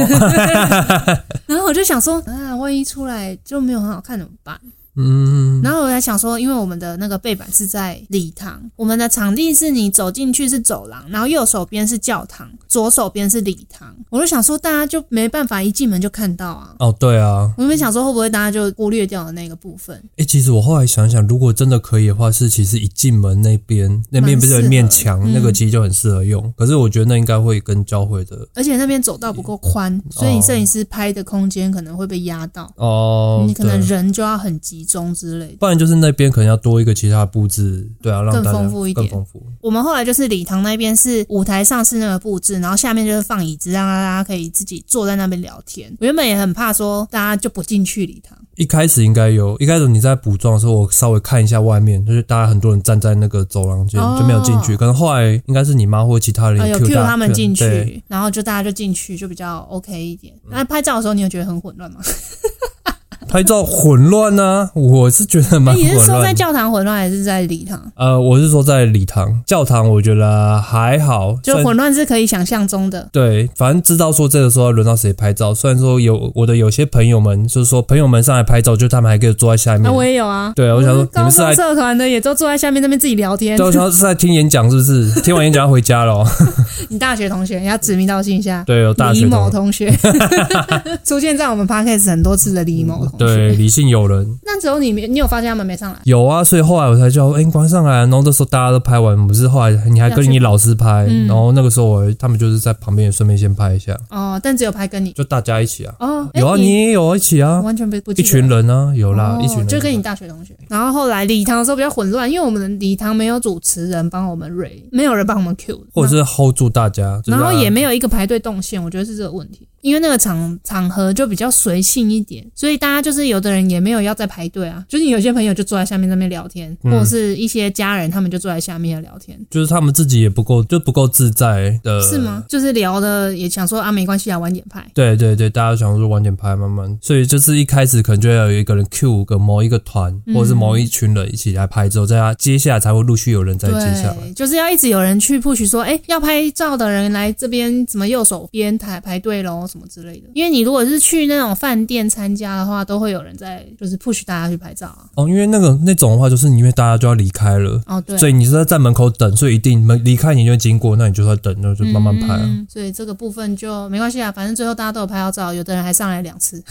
B: 然后我就想说，啊，万一出来就没有很好看怎么办？
A: 嗯，
B: 然后我在想说，因为我们的那个背板是在礼堂，我们的场地是你走进去是走廊，然后右手边是教堂，左手边是礼堂。我就想说，大家就没办法一进门就看到啊。
A: 哦，对啊，
B: 我原本想说，会不会大家就忽略掉了那个部分？
A: 诶、其实我后来想想，如果真的可以的话，是其实一进门那边那边不是有一面
B: 嗯
A: 墙，那个其实就很适合用。可是我觉得那应该会跟教会的
B: 而且那边走道不够宽，所以你摄影师拍的空间可能会被压到，
A: 哦，
B: 你可能
A: 对
B: 人就要很集中之类的。
A: 不然就是那边可能要多一个其他的布置，对啊，让
B: 更
A: 大家
B: 丰富一点
A: 更丰富。
B: 我们后来就是礼堂那边是舞台上是那个布置，然后下面就是放椅子，让大家可以自己坐在那边聊天。我原本也很怕说大家就不进去礼堂。
A: 一开始应该有，一开始你在补妆的时候，我稍微看一下外面，就是大家很多人站在那个走廊间、
B: 哦
A: 就没有进去，可能后来应该是你妈或其他人
B: 啊，有 Q
A: 大家
B: 他们进
A: 对嗯
B: 去，然后就大家就进去，就比较 OK 一点。那拍照的时候，你有觉得很混乱吗？
A: 拍照混乱呢、我是觉得蛮
B: 哎你是
A: 混
B: 说在
A: 乱的。
B: 教堂混乱，还是在礼堂？
A: 呃，我是说在礼堂、教堂，我觉得还好，
B: 就
A: 算
B: 混乱是可以想象中的。
A: 对，反正知道说这个时候要轮到谁拍照。虽然说有我的有些朋友们，就是说朋友们上来拍照，就他们还可以坐在下面。
B: 啊，我也有啊。
A: 对啊我想说
B: 嗯高
A: 你们是
B: 中
A: 来
B: 社团的也都坐在下面那边自己聊天
A: 对，。我想说是在听演讲，是不是？听完演讲要回家 了哦。
B: 你大学同学要指名道姓一下，
A: 对，有大
B: 李
A: 学
B: 某
A: 同学，
B: 同 学出现在我们 podcast 很多次的李某同学。
A: 对，理性友人
B: 那只有你没，你有发现他们没上来？
A: 有啊，所以后来我才叫哎、你关上来啊。然后那时候大家都拍完，不是后来你还跟你老师拍，
B: 嗯
A: 然后那个时候我他们就是在旁边也顺便先拍一下，
B: 哦，但只有拍跟你。
A: 就大家一起啊。
B: 哦，哎
A: 有啊，你
B: 你
A: 也有啊一起
B: 我
A: 啊，
B: 完全不不
A: 一
B: 记得
A: 群人啊，有啦，一群
B: 哦
A: 人
B: 就跟你大学同学。然后后来礼堂的时候比较混乱，因为我们的礼堂没有主持人帮我们 re，没有人帮我们 Q，
A: 或者是 hold 住大家，就是啊
B: 然后
A: 大家
B: 也没有一个排队动线，我觉得是这个问题。因为那个场场合就比较随性一点，所以大家就是有的人也没有要再排队啊，就是有些朋友就坐在下面那边聊天，
A: 嗯
B: 或者是一些家人他们就坐在下面聊天。
A: 就是他们自己也不够，就不够自在的，
B: 是？吗？就是聊的也想说啊，没关系啊，晚点拍。
A: 对对对，大家想说晚点拍，慢慢，所以就是一开始可能就要有一个人 Q 个某一个团，
B: 嗯
A: 或者是某一群人一起来拍，之后，大家接下来才会陆续有人再接下来。
B: 对，就是要一直有人去 push 说，哎、要拍照的人来这边，怎么右手边排排队喽，什么之类的。因为你如果是去那种饭店参加的话，都会有人在就是 push 大家去拍照啊。
A: 哦，因为那个那种的话，就是因为大家就要离开了。
B: 哦，对，
A: 所以你是在站门口等，所以一定门离开你就会经过，那你就在等，那就慢慢拍啊。
B: 嗯所以这个部分就没关系啊，反正最后大家都有拍到照，有的人还上来两 次。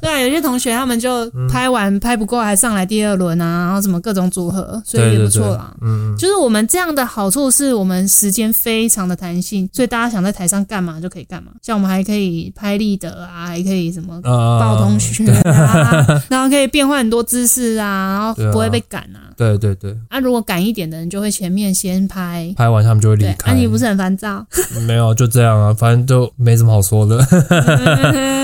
B: 对啊，有些同学他们就
A: 嗯
B: 拍完拍不够，还上来第二轮啊，然后什么各种组合，所以也不错啦。嗯，就是我们这样的好处是我们时间非常的弹性，所以大家想在台上干嘛就可以干嘛。像我们还可以拍立得啊，还可以什么
A: 啊，
B: 抱同学啊， 然后可以变换很多姿势啊，
A: 对
B: 然
A: 啊
B: 后不会被赶啊。
A: 对对对，
B: 啊，如果赶一点的人就会前面先拍。
A: 拍完他们就会离
B: 对，
A: 开。
B: 啊，你不是很烦躁？
A: 没有就这样啊，反正都没什么好说的，
B: 嗯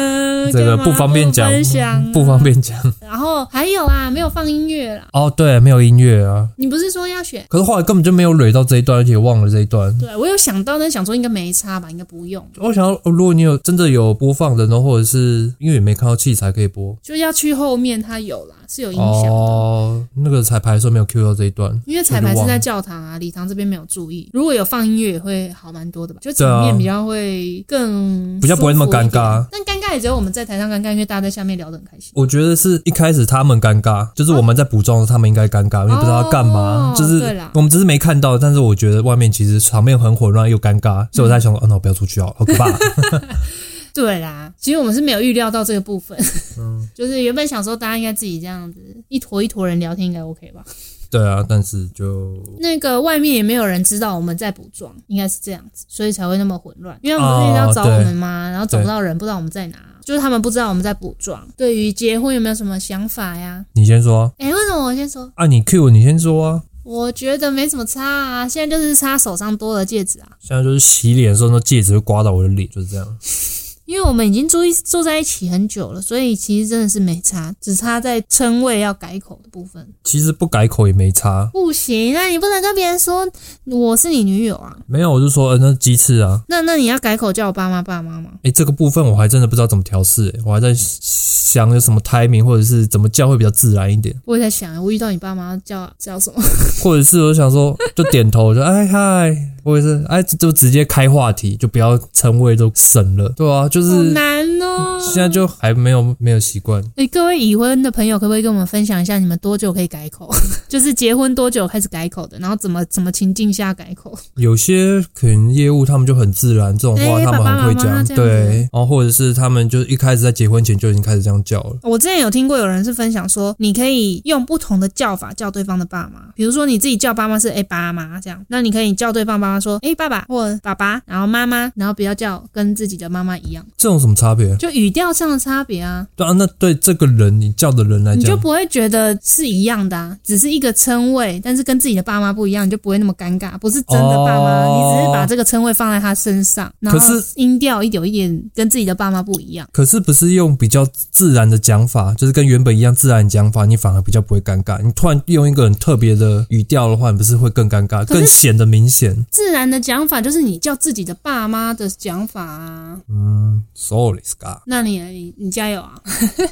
A: 这个不方便讲
B: 分享啊
A: 不方。便讲。
B: 然后还有啊，没有放音乐啦。
A: 哦，对，没有音乐啊。
B: 你不是说要选？
A: 可是后来根本就没有蕊到这一段，而且忘了这一段。
B: 对我有想到，但想说应该没差吧，应该不用。
A: 我想要，哦如果你有真的有播放的，然后或者是因为也没看到器材可以播，
B: 就是要去后面，它有啦，是有音响的。
A: 哦，那个彩排的时候没有 Q 到这一段，
B: 因为彩排是在教堂啊，礼堂这边没有注意。如果有放音乐，也会好蛮多的吧？就
A: 啊
B: 场面比较会更
A: 比较不会那么
B: 舒服一点
A: 尴尬。
B: 但尴尬也只有我们在台上尴尬，因为大家在下面聊得很开心。
A: 我觉得是一开始他们尴尬，就是我们在补妆，他们应该尴尬，因为不知道要干嘛，
B: 啊哦
A: 就是
B: 对啦
A: 我们只是没看到，但是我觉得外面其实场面很混乱又尴尬，所以我在
B: 嗯
A: 想说，哦，那我不要出去哦，好 可怕。
B: 对啦，其实我们是没有预料到这个部分。
A: 嗯
B: 就是原本想说大家应该自己这样子一坨一坨人聊天，应该 OK 吧？
A: 对啊，但是就
B: 那个外面也没有人知道我们在补妆，应该是这样子，所以才会那么混乱。因为他们不是要找我们吗？然后找不到人，不知道我们在哪，就是他们不知道我们在补妆。对于结婚有没有什么想法呀？
A: 你先说
B: 哎、为什么我先说？
A: 啊，你 Q 你先说啊，
B: 我觉得没什么差啊，现在就是差手上多了戒指啊，
A: 现在就是洗脸的时候，那戒指会刮到我的脸，就是这样。
B: 因为我们已经住一住在一起很久了，所以其实真的是没差，只差在称谓要改口的部分。
A: 其实不改口也没差，
B: 不行，那你不能跟别人说我是你女友啊，
A: 没有我就说，呃，那是鸡翅啊。
B: 那那你要改口叫我爸妈爸妈吗？
A: 哎，这个部分我还真的不知道怎么调试，诶我还在想有什么 timing 或者是怎么叫会比较自然一点。
B: 我也在想，我遇到你爸妈叫叫什么？
A: 或者是我想说， 就点头，就哎嗨，或者是哎，就直接开话题，就不要称谓都省了，对啊，就
B: 好
A: 是
B: 难哦！
A: 现在就还没有没有习惯，
B: 诶，各位已婚的朋友，可不可以跟我们分享一下你们多久可以改口？ 就是结婚多久开始改口的，然后怎么怎么情境下改口？
A: 有些可能业务他们就很自然，这种话
B: 哎
A: 他们很会
B: 爸爸妈妈这
A: 讲，
B: 样子
A: 对，然后或者是他们就一开始在结婚前就已经开始这样叫了。
B: 我之前有听过有人是分享说，你可以用不同的叫法叫对方的爸妈，比如说你自己叫爸妈是诶哎爸妈这样，那你可以叫对方爸妈说诶爸爸或爸爸，然后妈妈，然后不要叫跟自己的妈妈一样，
A: 这种什么差别？
B: 就语调上的差别啊，
A: 对啊，那对这个人你叫的人来
B: 你就
A: 讲，
B: 不会觉得是一样的啊，只是一个称谓，但是跟自己的爸妈不一样，你就不会那么尴尬，不是真的爸妈，
A: 哦
B: 你只是把这个称谓放在他身上，然后
A: 可是
B: 音调一有一点跟自己的爸妈不一样。
A: 可是不是用比较自然的讲法，就是跟原本一样自然讲法，你反而比较不会尴尬。你突然用一个很特别的语调的话，你不是会更尴尬，
B: 可是
A: 更显得明显。
B: 自然的讲法就是你叫自己的爸妈的讲法啊，
A: Sorry, Scar，
B: 那你你你加油啊！？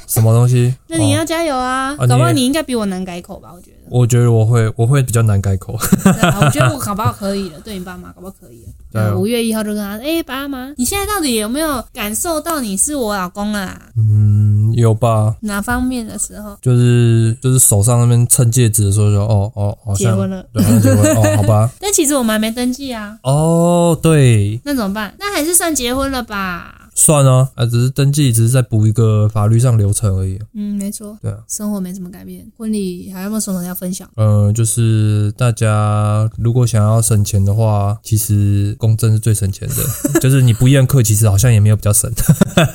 A: 什么东西
B: 那你
A: 哦
B: 要加油啊！
A: 啊
B: 搞不好
A: 你，
B: 你应该比我难改口吧？我觉得
A: 我觉得我会，我会比较难改口。
B: 对啊我觉得我搞不好可以了，对你爸妈搞不好可以了。
A: 加油
B: 嗯五月一号就跟他说：“哎、爸妈，你现在到底有没有感受到你是我老公啊？
A: 嗯，有吧？
B: 哪方面的时候
A: 就是就是手上那边称戒指的时候说，哦哦，好
B: 结
A: 像
B: 婚了？
A: 对，好像结婚 哦，好吧。
B: 但其实我们还没登记啊，
A: 哦，对，
B: 那怎么办？那还是算结婚了吧？
A: 算啊，啊，只是登记，只是在补一个法律上流程而已。
B: 嗯，没错，
A: 对啊，
B: 生活没什么改变，婚礼还有没有什么要 分享？
A: 呃，就是大家如果想要省钱的话，其实公证是最省钱 的，就是你不宴客，其实好像也没有比较省。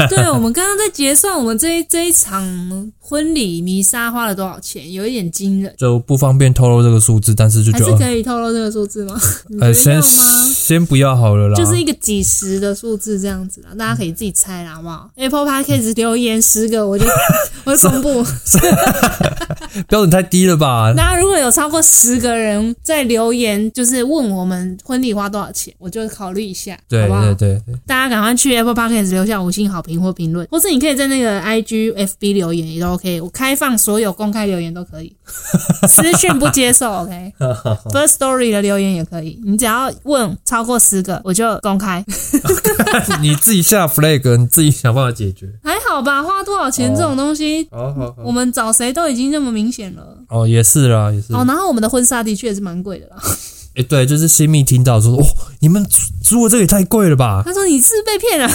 B: 对，我们刚刚在结算我们这一这一场婚礼弥撒花了多少钱，有一点惊人。”
A: 就不方便透露这个数字，但是就
B: 还
A: 觉
B: 是
A: 得，哦
B: 可以透露这个数 字吗？你
A: 呃，
B: 觉得要
A: 先
B: 吗？
A: 先不要好了啦，
B: 就是一个几十的数字这样子啦，大家可以自己猜啦，好不好？Apple Podcast 留言十个，我就 我就公布。
A: 标准太低了吧？
B: 大家如果有超过十个人在留言，就是问我们婚礼花多少钱，我就考虑一下，
A: 对
B: 好不好？
A: 对对对，
B: 大家赶快去 Apple Podcast 留下五星好评或评论，或是你可以在那个 IG、FB 留言也都可以，我开放所有公开留言 都可以，私讯不接受，OK。First Story 的留言也可以，你只要问超过十个，我就公开。
A: 你自己下 flag，你 自己想办法解决。
B: 还好吧，花多少钱
A: 哦
B: 这种东西，
A: 好好好
B: 我，们找谁都已经这么明显了。
A: 哦，也是啦，也是。
B: 哦，然后我们的婚纱的确也是蛮贵的啦。
A: 哎，对，就是新密听到说，哇，哦你们租租的这个也太贵了吧？
B: 他说你是不是被骗了，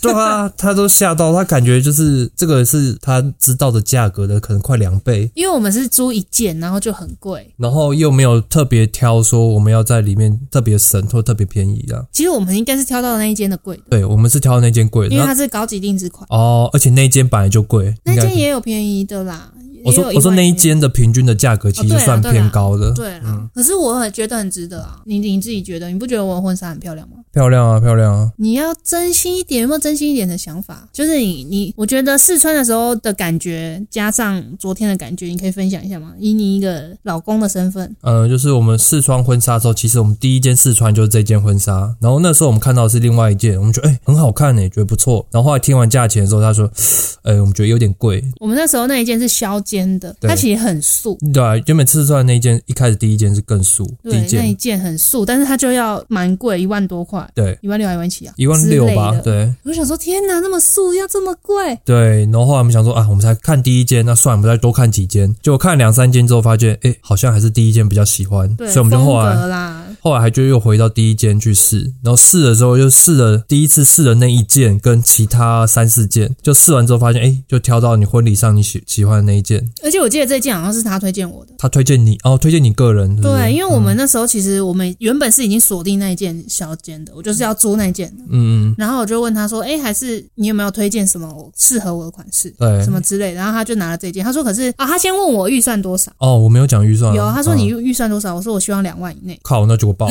A: 对啊，他都吓到，他感觉就是这个是他知道的价格的可能快两倍，
B: 因为我们是租一件，然后就很贵。
A: 然后又没有特别挑说我们要在里面特别省或特别便宜啊。
B: 其实我们应该是挑到那一间的贵的，
A: 对，我们是挑那间贵的，
B: 因为
A: 那
B: 它是高级定制款，
A: 哦，而且那间本来就贵，
B: 那
A: 应该
B: 间也有便宜的啦。
A: 我说
B: 也有
A: 我说
B: 1万
A: 那一
B: 元
A: 间嗯的平均的价格其
B: 哦对
A: 实
B: 啦
A: 算
B: 对
A: 偏
B: 啦
A: 高的，
B: 对啦，可是我很觉得很值得啊。你你自己觉得，你不觉得我的婚纱很漂亮吗？
A: 漂亮啊漂亮啊，
B: 你要真心一点，有没有真心一点的想法？就是你你，我觉得试穿的时候的感觉，加上昨天的感觉，你可以分享一下吗？以你一个老公的身份，
A: 嗯、就是我们试穿婚纱的时候，其实我们第一件试穿就是这件婚纱，然后那时候我们看到的是另外一件，我们觉得哎、很好看呢、觉得不错，然后后来听完价钱的时候，他说， 呃、我们觉得有点贵，
B: 我们那时候那一件是削肩的，
A: 对
B: 它其实很素，
A: 对啊，原本试穿的那一件一开始第一件是更素，第一，
B: 对那一
A: 件
B: 件很素，但是它就要蛮贵，一万多块，
A: 对
B: 一万六还一万七啊，
A: 一万六吧
B: 之类，的。
A: 对
B: 我就想说，天哪，那么素要这么贵？
A: 对，然后后来我们想说啊，我们才看第一件，那算了，我们再多看几件，结果看两三件之后发现，哎、好像还是第一件比较喜欢，
B: 对，
A: 所以我们就后来
B: 风格啦，
A: 后来还就又回到第一间去试，然后试了之后又试了第一次试的那一件跟其他三四件，就试完之后发现，哎，就挑到你婚礼上你喜喜欢的那一件。
B: 而且我记得这件好像是他推荐我的。
A: 他推荐你哦，推荐你个人，对不
B: 对，
A: 对？
B: 因为我们那时候其实我们原本是已经锁定那一件小间的，我就是要租那一件的。
A: 嗯嗯，
B: 然后我就问他说：“哎，还是你有没有推荐什么适合我的款式，
A: 对
B: 什。么之类的？”然后他就拿了这件，他说：“可是啊，他先问我预算多少，
A: 哦，我没有讲预算啊。
B: 有他说
A: 嗯
B: 你预预算多少，我说我希望两万以内。
A: 靠，那就我爆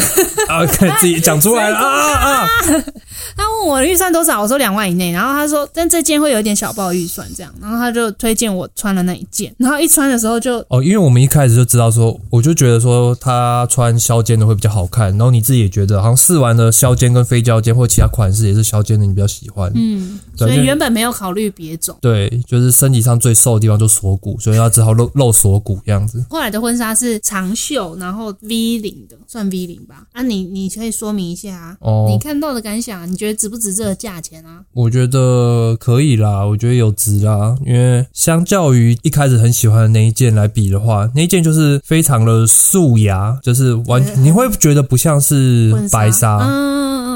A: 啊！看自己讲出来了啊啊啊！
B: 他问我的预算多少，我说两万以内。然后他说：但这件会有一点小爆预算这样。然后他就推荐我穿了那一件，然后一穿的时候就
A: 哦，因为我们一开始就知道说，我就觉得说他穿削肩的会比较好看，然后你自己也觉得好像试完了削肩跟非削肩或其他款式也是削肩的，你比较喜欢。
B: 嗯，
A: 对
B: 所
A: 因
B: 以
A: 为
B: 原本没有考虑别种。
A: 对，就是身体上最瘦的地方就锁骨，所以他只好露露锁骨这样子。
B: 后来的婚纱是长袖，然后 V 领的，算 V 领吧。啊你，你可以说明一下啊，
A: 哦
B: 你看到的感想啊，你觉得值不值这个价钱啊？
A: 我觉得可以啦，我觉得有值啦，因为相较于一开始很喜欢的那一件来比的话，那一件就是非常的素雅，就是完，你会觉得不像是
B: 婚纱，
A: 白纱，
B: 嗯，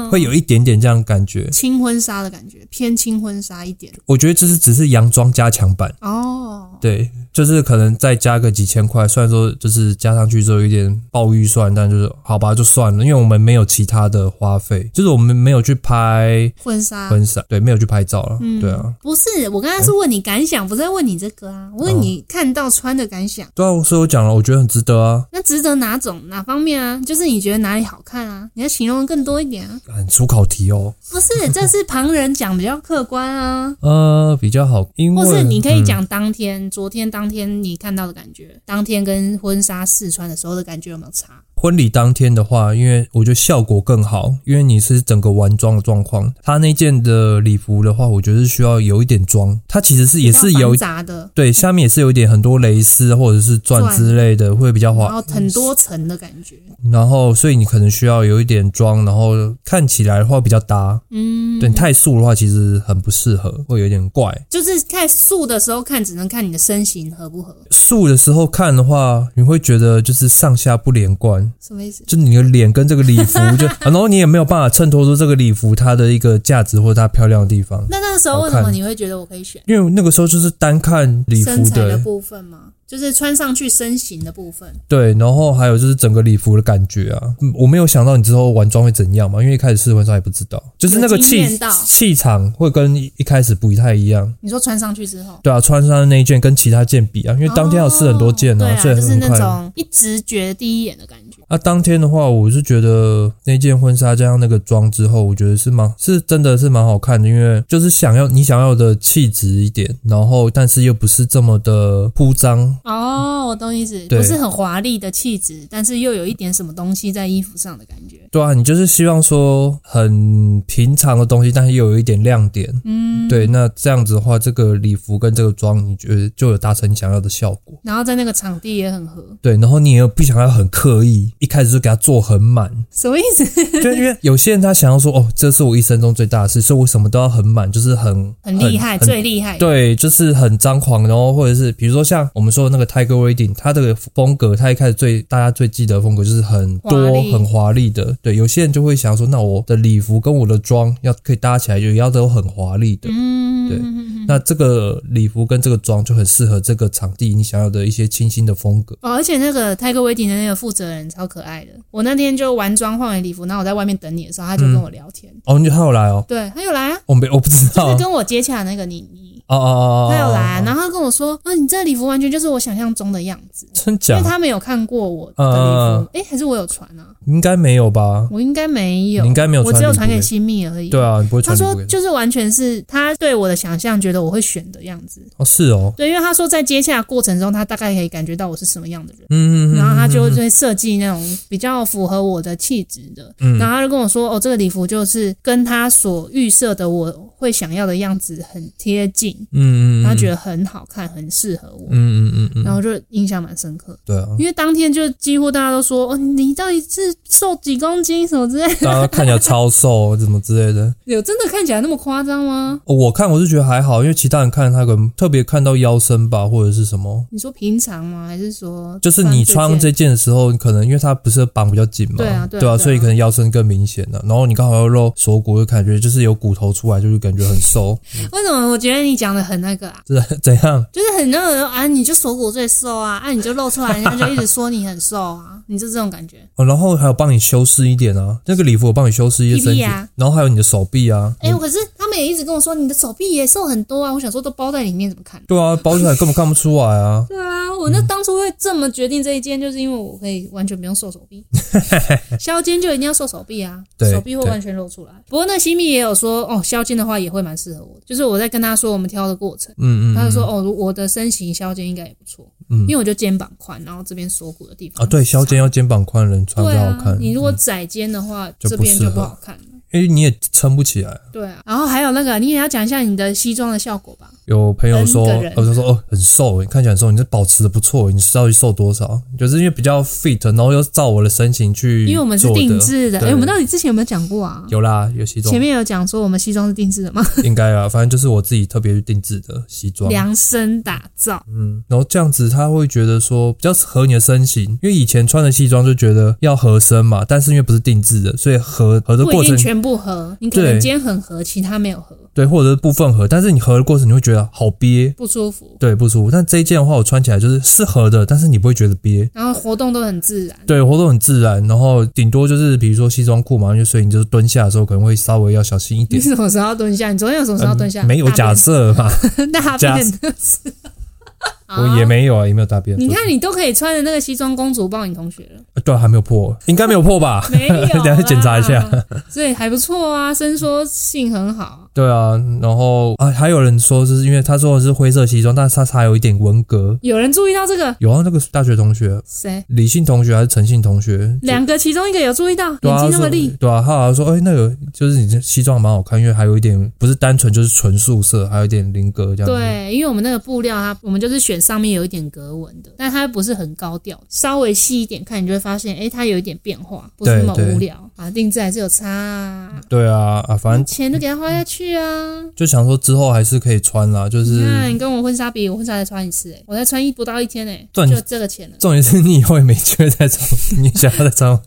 B: 嗯嗯
A: 会有一点点这样的感觉。
B: 轻婚纱的感觉，偏轻婚纱一点
A: 我觉得这是只是洋装加强版。
B: 哦。
A: 对，就是可能再加个几千块，虽然说就是加上去之后有点爆预算，但就是好吧，就算了，因为我们没有其他的花费，就是我们没有去拍
B: 婚纱
A: 婚纱，对，没有去拍照了，
B: 嗯
A: 对啊，
B: 不是，我刚刚是问你感想，不是在问你这个啊，我
A: 哦
B: 问你看到穿的感想。
A: 对啊，所以我讲了，我觉得很值得啊，
B: 那值得哪种哪方面啊？就是你觉得哪里好看啊？你要形容得更多一点啊！
A: 很出考题哦，
B: 不是，这是旁人讲比较客观啊。
A: 呃，比较好，因为嗯
B: 或是你可以讲当天、昨天、当天你看到的感觉，当天跟婚纱试穿的时候的感觉有没有差？
A: 婚礼当天的话，因为我觉得效果更好，因为你是整个完妆的状况，他那件的礼服的话，我觉得是需要有一点妆，它其实是也是
B: 比较
A: 有
B: 繁杂的，
A: 对，下面也是有一点很多蕾丝或者是钻
B: 钻
A: 之类的，会比较
B: 然
A: 滑。
B: 后很多层的感觉。
A: 然后，所以你可能需要有一点妆，然后看起来的话比较搭。嗯，对，你太素的话其实很不适合，会有点怪。
B: 就是太素的时候看，只能看你的身形合不合，
A: 素的时候看的话，你会觉得就是上下不连贯，
B: 什么意思？
A: 就你的脸跟这个礼 服就，啊然后你也没有办法衬托出这个礼服它的一个价值或它漂亮的地方。
B: 那那时候为什么你会觉得我可以选
A: 因为那个时候就是单看礼
B: 身
A: 服
B: 材的
A: 的，
B: 部分吗？就是穿上去身形的部分，
A: 对，然后还有就是整个礼服的感觉啊，嗯我没有想到你之后完妆会怎样嘛，因为一开始试婚纱也不知道，就是那个
B: 有经
A: 气
B: 验到
A: 气场会跟一一开始不太一样。
B: 你说穿上去之后，
A: 对啊，穿上的那一件跟其他件比啊，因为当天要试很多件
B: 哦对啊，
A: 所以
B: 就是
A: 很
B: 那
A: 快。
B: 种一直觉得第一眼的感觉。
A: 啊，当天的话，我是觉得那件婚纱加上那个妆之后，我觉得是蛮是真的是蛮好看的，因为就是想要你想要的气质一点，然后但是又不是这么的铺张，
B: 哦，我懂意思，
A: 对
B: 不是很华丽的气质，但是又有一点什么东西在衣服上的感觉。
A: 对啊，你就是希望说很平常的东西，但是又有一点亮点。嗯，对，那这样子的话，这个礼服跟这个妆，你觉得就有达成你想要的效果。
B: 然后在那个场地也很合，
A: 对，然后你也不想要很刻意，一开始就给它做很 满，
B: 什么意思？
A: 就因为有些人他想要说，哦，这是我一生中最大的事，所以我什么都要很满，就是很
B: 很厉害，
A: 很
B: 最厉害。
A: 对，就是很张狂，然后或者是比如说像我们说的那个 Tiger Wedding，它这个风格，它一开始最大家最记得的风格就是很
B: 华
A: 多
B: 丽
A: 很华丽的。对，有些人就会想说，那我的礼服跟我的妆要可以搭起来，也要都很华丽的。
B: 嗯，
A: 对那这个礼服跟这个妆就很适合这个场地你想要的一些清新的风格。
B: 哦，而且那个泰戈威迪的那个负责人超可爱的。我那天就完妆换完礼服，然后我在外面等你的时候，他就跟我聊天。
A: 哦，你他有来哦，
B: 对，他有来啊，
A: 我没我不知道
B: 就
A: 哦
B: 是跟我接洽的那个你你，
A: 哦哦哦，
B: 他有来啊、
A: 哦，
B: 然后他跟我说，啊，你这礼服完全就是我想象中的样子，
A: 真
B: 因为
A: 假
B: 他没有看过我的
A: 嗯嗯
B: 礼服，诶，还是我有传啊？
A: 应该没有吧？
B: 我应该没有，
A: 你应该没有
B: 我
A: 穿
B: 只有
A: 礼
B: 传
A: 服
B: 给
A: 给
B: 新密而已。
A: 对啊，你不会
B: 他
A: 穿礼
B: 说
A: 服给
B: 就是完全是他对我的想象，觉得我会选的样子。
A: 哦，是哦，
B: 对，因为他说在接洽的过程中，他大概可以感觉到我是什么样的人，
A: 嗯嗯嗯，
B: 然后他就会设计那种比较符合我的气质的。
A: 嗯
B: 然后他就跟我说：“哦，这个礼服就是跟他所预设的我会想要的样子很贴近，
A: 嗯嗯，
B: 他觉
A: 得
B: 得很好看，很适合我。
A: 嗯嗯嗯嗯，
B: 然后就印象蛮深刻，
A: 对啊，
B: 因为当天就几乎大家都说：‘哦，你到底是瘦几公斤什么之类的
A: 大家看起来超瘦啊怎么之类的。？’哦
B: 有真的看起来那么夸张吗？
A: 我看我是觉得还好，因为其他人看他可能特别看到腰身吧，或者是什么。
B: 你说平常吗？还是说
A: 就是你穿
B: 件
A: 这件的时候，可能因为它不是绑比较紧嘛，
B: 对啊
A: 对
B: 对啊对啊
A: 所以可能腰身更明显了、然后你刚好要露锁骨，就感觉就是有骨头出来，就是感觉很 瘦，
B: 为什么我觉得你讲的很那个啊？
A: 这怎样？
B: 就是很多人说啊，你就锁骨最瘦啊，啊你就露出来，人家就一直说你很瘦啊，你就这种感觉。
A: 哦，然后还有帮你修饰一点啊，那个礼服我帮你修饰一些身体，
B: 屁屁啊
A: 然后还有你的手臂啊，
B: 哎、可是他们也一直跟我说你的手臂也瘦很多啊，我想说都包在里面怎么看？
A: 对啊，包起来根本看不出来啊。
B: 对啊，我那当初会这么决定这一件，就是因为我可以完全不用瘦手 臂，削肩就一定要瘦手臂啊，
A: 对
B: 手臂会完全露出来。不过那西米也有说，哦，削肩的话也会蛮适合我的，就是我在跟他说我们挑的过程，
A: 嗯嗯
B: 他就说：“哦，如我的身形削肩应该也不错，因为我就肩膀宽，然后这边锁骨的地方
A: 啊，对，削肩要肩膀宽的人穿
B: 对
A: 才好
B: 啊
A: 看，，嗯
B: 你如果窄肩的话，
A: 就
B: 这
A: 不
B: 边
A: 适
B: 就
A: 合
B: 不好看了。
A: 因为你也撑不起来。
B: 对啊，然后还有那个，你也要讲一下你的西装的效果吧。
A: 有朋友说
B: 跟一个人，
A: 我就说哦，很瘦，你看起来很瘦，你这保持的不错，你到底瘦多少？就是因为比较 fit，然后又照我的身形去做的，
B: 因为我们是定制的，哎、
A: 对
B: 我们到底之前有没有讲过啊？
A: 有啦，有西装
B: 前，面有讲说我们西装是定制的吗？
A: 应该啊，反正就是我自己特别去定制的西装，
B: 量身打造，
A: 嗯，然后这样子他会觉得说比较合你的身形，因为以前穿的西装就觉得要合身嘛，但是因为不是定制的，所以合合的
B: 不
A: 过
B: 一
A: 程
B: 定全部合，你可能
A: 对
B: 肩很合，其他没有合，
A: 对，或者是部分合，但是你合的过程你会觉得好憋，
B: 不舒服。
A: 对，不舒服。但这一件的话，我穿起来就是是合的，但是你不会觉得憋。
B: 然后活动都很自然，
A: 对，活动很自然，然后顶多就是比如说西装裤嘛，因为所以你就是蹲下的时候可能会稍微要小心一
B: 你
A: 点。
B: 什么时候要蹲下？你昨天有什么时候要蹲下？
A: 嗯没有假设嘛，
B: 大便，大
A: 假
B: 便的时候
A: 我也没有啊，也没有大便。
B: 你看，你都可以穿着那个西装公主抱你同学 了，
A: 呃对啊，还没有破，应该没有破吧？
B: 没有啊啦？
A: 等一下检查一下。
B: 所以还不错啊，伸缩性很好。
A: 对啊，然后啊，还有人说就是因为他说的是灰色西装，但是他他有一点文革。
B: 有人注意到这个？
A: 有啊，那个大学同学，
B: 谁？
A: 李信同学还是陈信同学，就
B: 两个其中一个有注意到，
A: 对
B: 眼
A: 啊，
B: 睛那么
A: 说
B: 利，
A: 对啊，他好像说，哎、那个就是你这西装蛮好看，因为还有一点不是单纯就是纯素色，还有一点菱格这样子。
B: 对，因为我们那个布料它，我们就是选上面有一点格纹的，但它不是很高调，稍微细一点看，你就会发现，哎，它有一点变化，不是那么
A: 对对
B: 无聊啊。定制还是有差啊，
A: 对啊，啊，反正
B: 钱都给它花下去啊。
A: 就想说之后还是可以穿啦，就
B: 你看，
A: 是
B: 你跟我婚纱比，我婚纱才穿一次、哎，我才穿一不到一天、哎，
A: 对
B: 就这个钱了。
A: 重点是你以后也没机会再穿， 你想要再穿，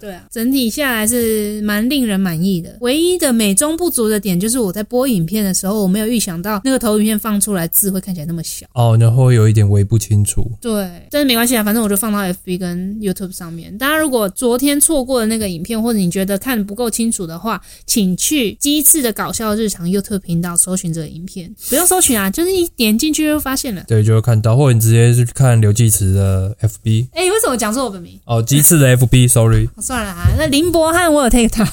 B: 对啊，整体下来是蛮令人满意的。唯一的美中不足的点就是我在播影片的时候，我没有预想到那个投影片放出来字会看起来那么小。
A: 哦，然后会有一点微不清楚。
B: 对，但是没关系啊，反正我就放到 FB 跟 YouTube 上面。大家如果昨天错过了那个影片，或者你觉得看不够清楚的话，请去鸡翅的搞笑日常 YouTube 频道搜寻这个影片，不用搜寻啊，就是一点进去就发现了。
A: 对，就会看到，或者你直接去看刘继慈的 FB，
B: 哎，为什么讲错我本名？
A: 哦，鸡翅的 FB，sorry，
B: 哦算了啊，那林博翰我有 take 他，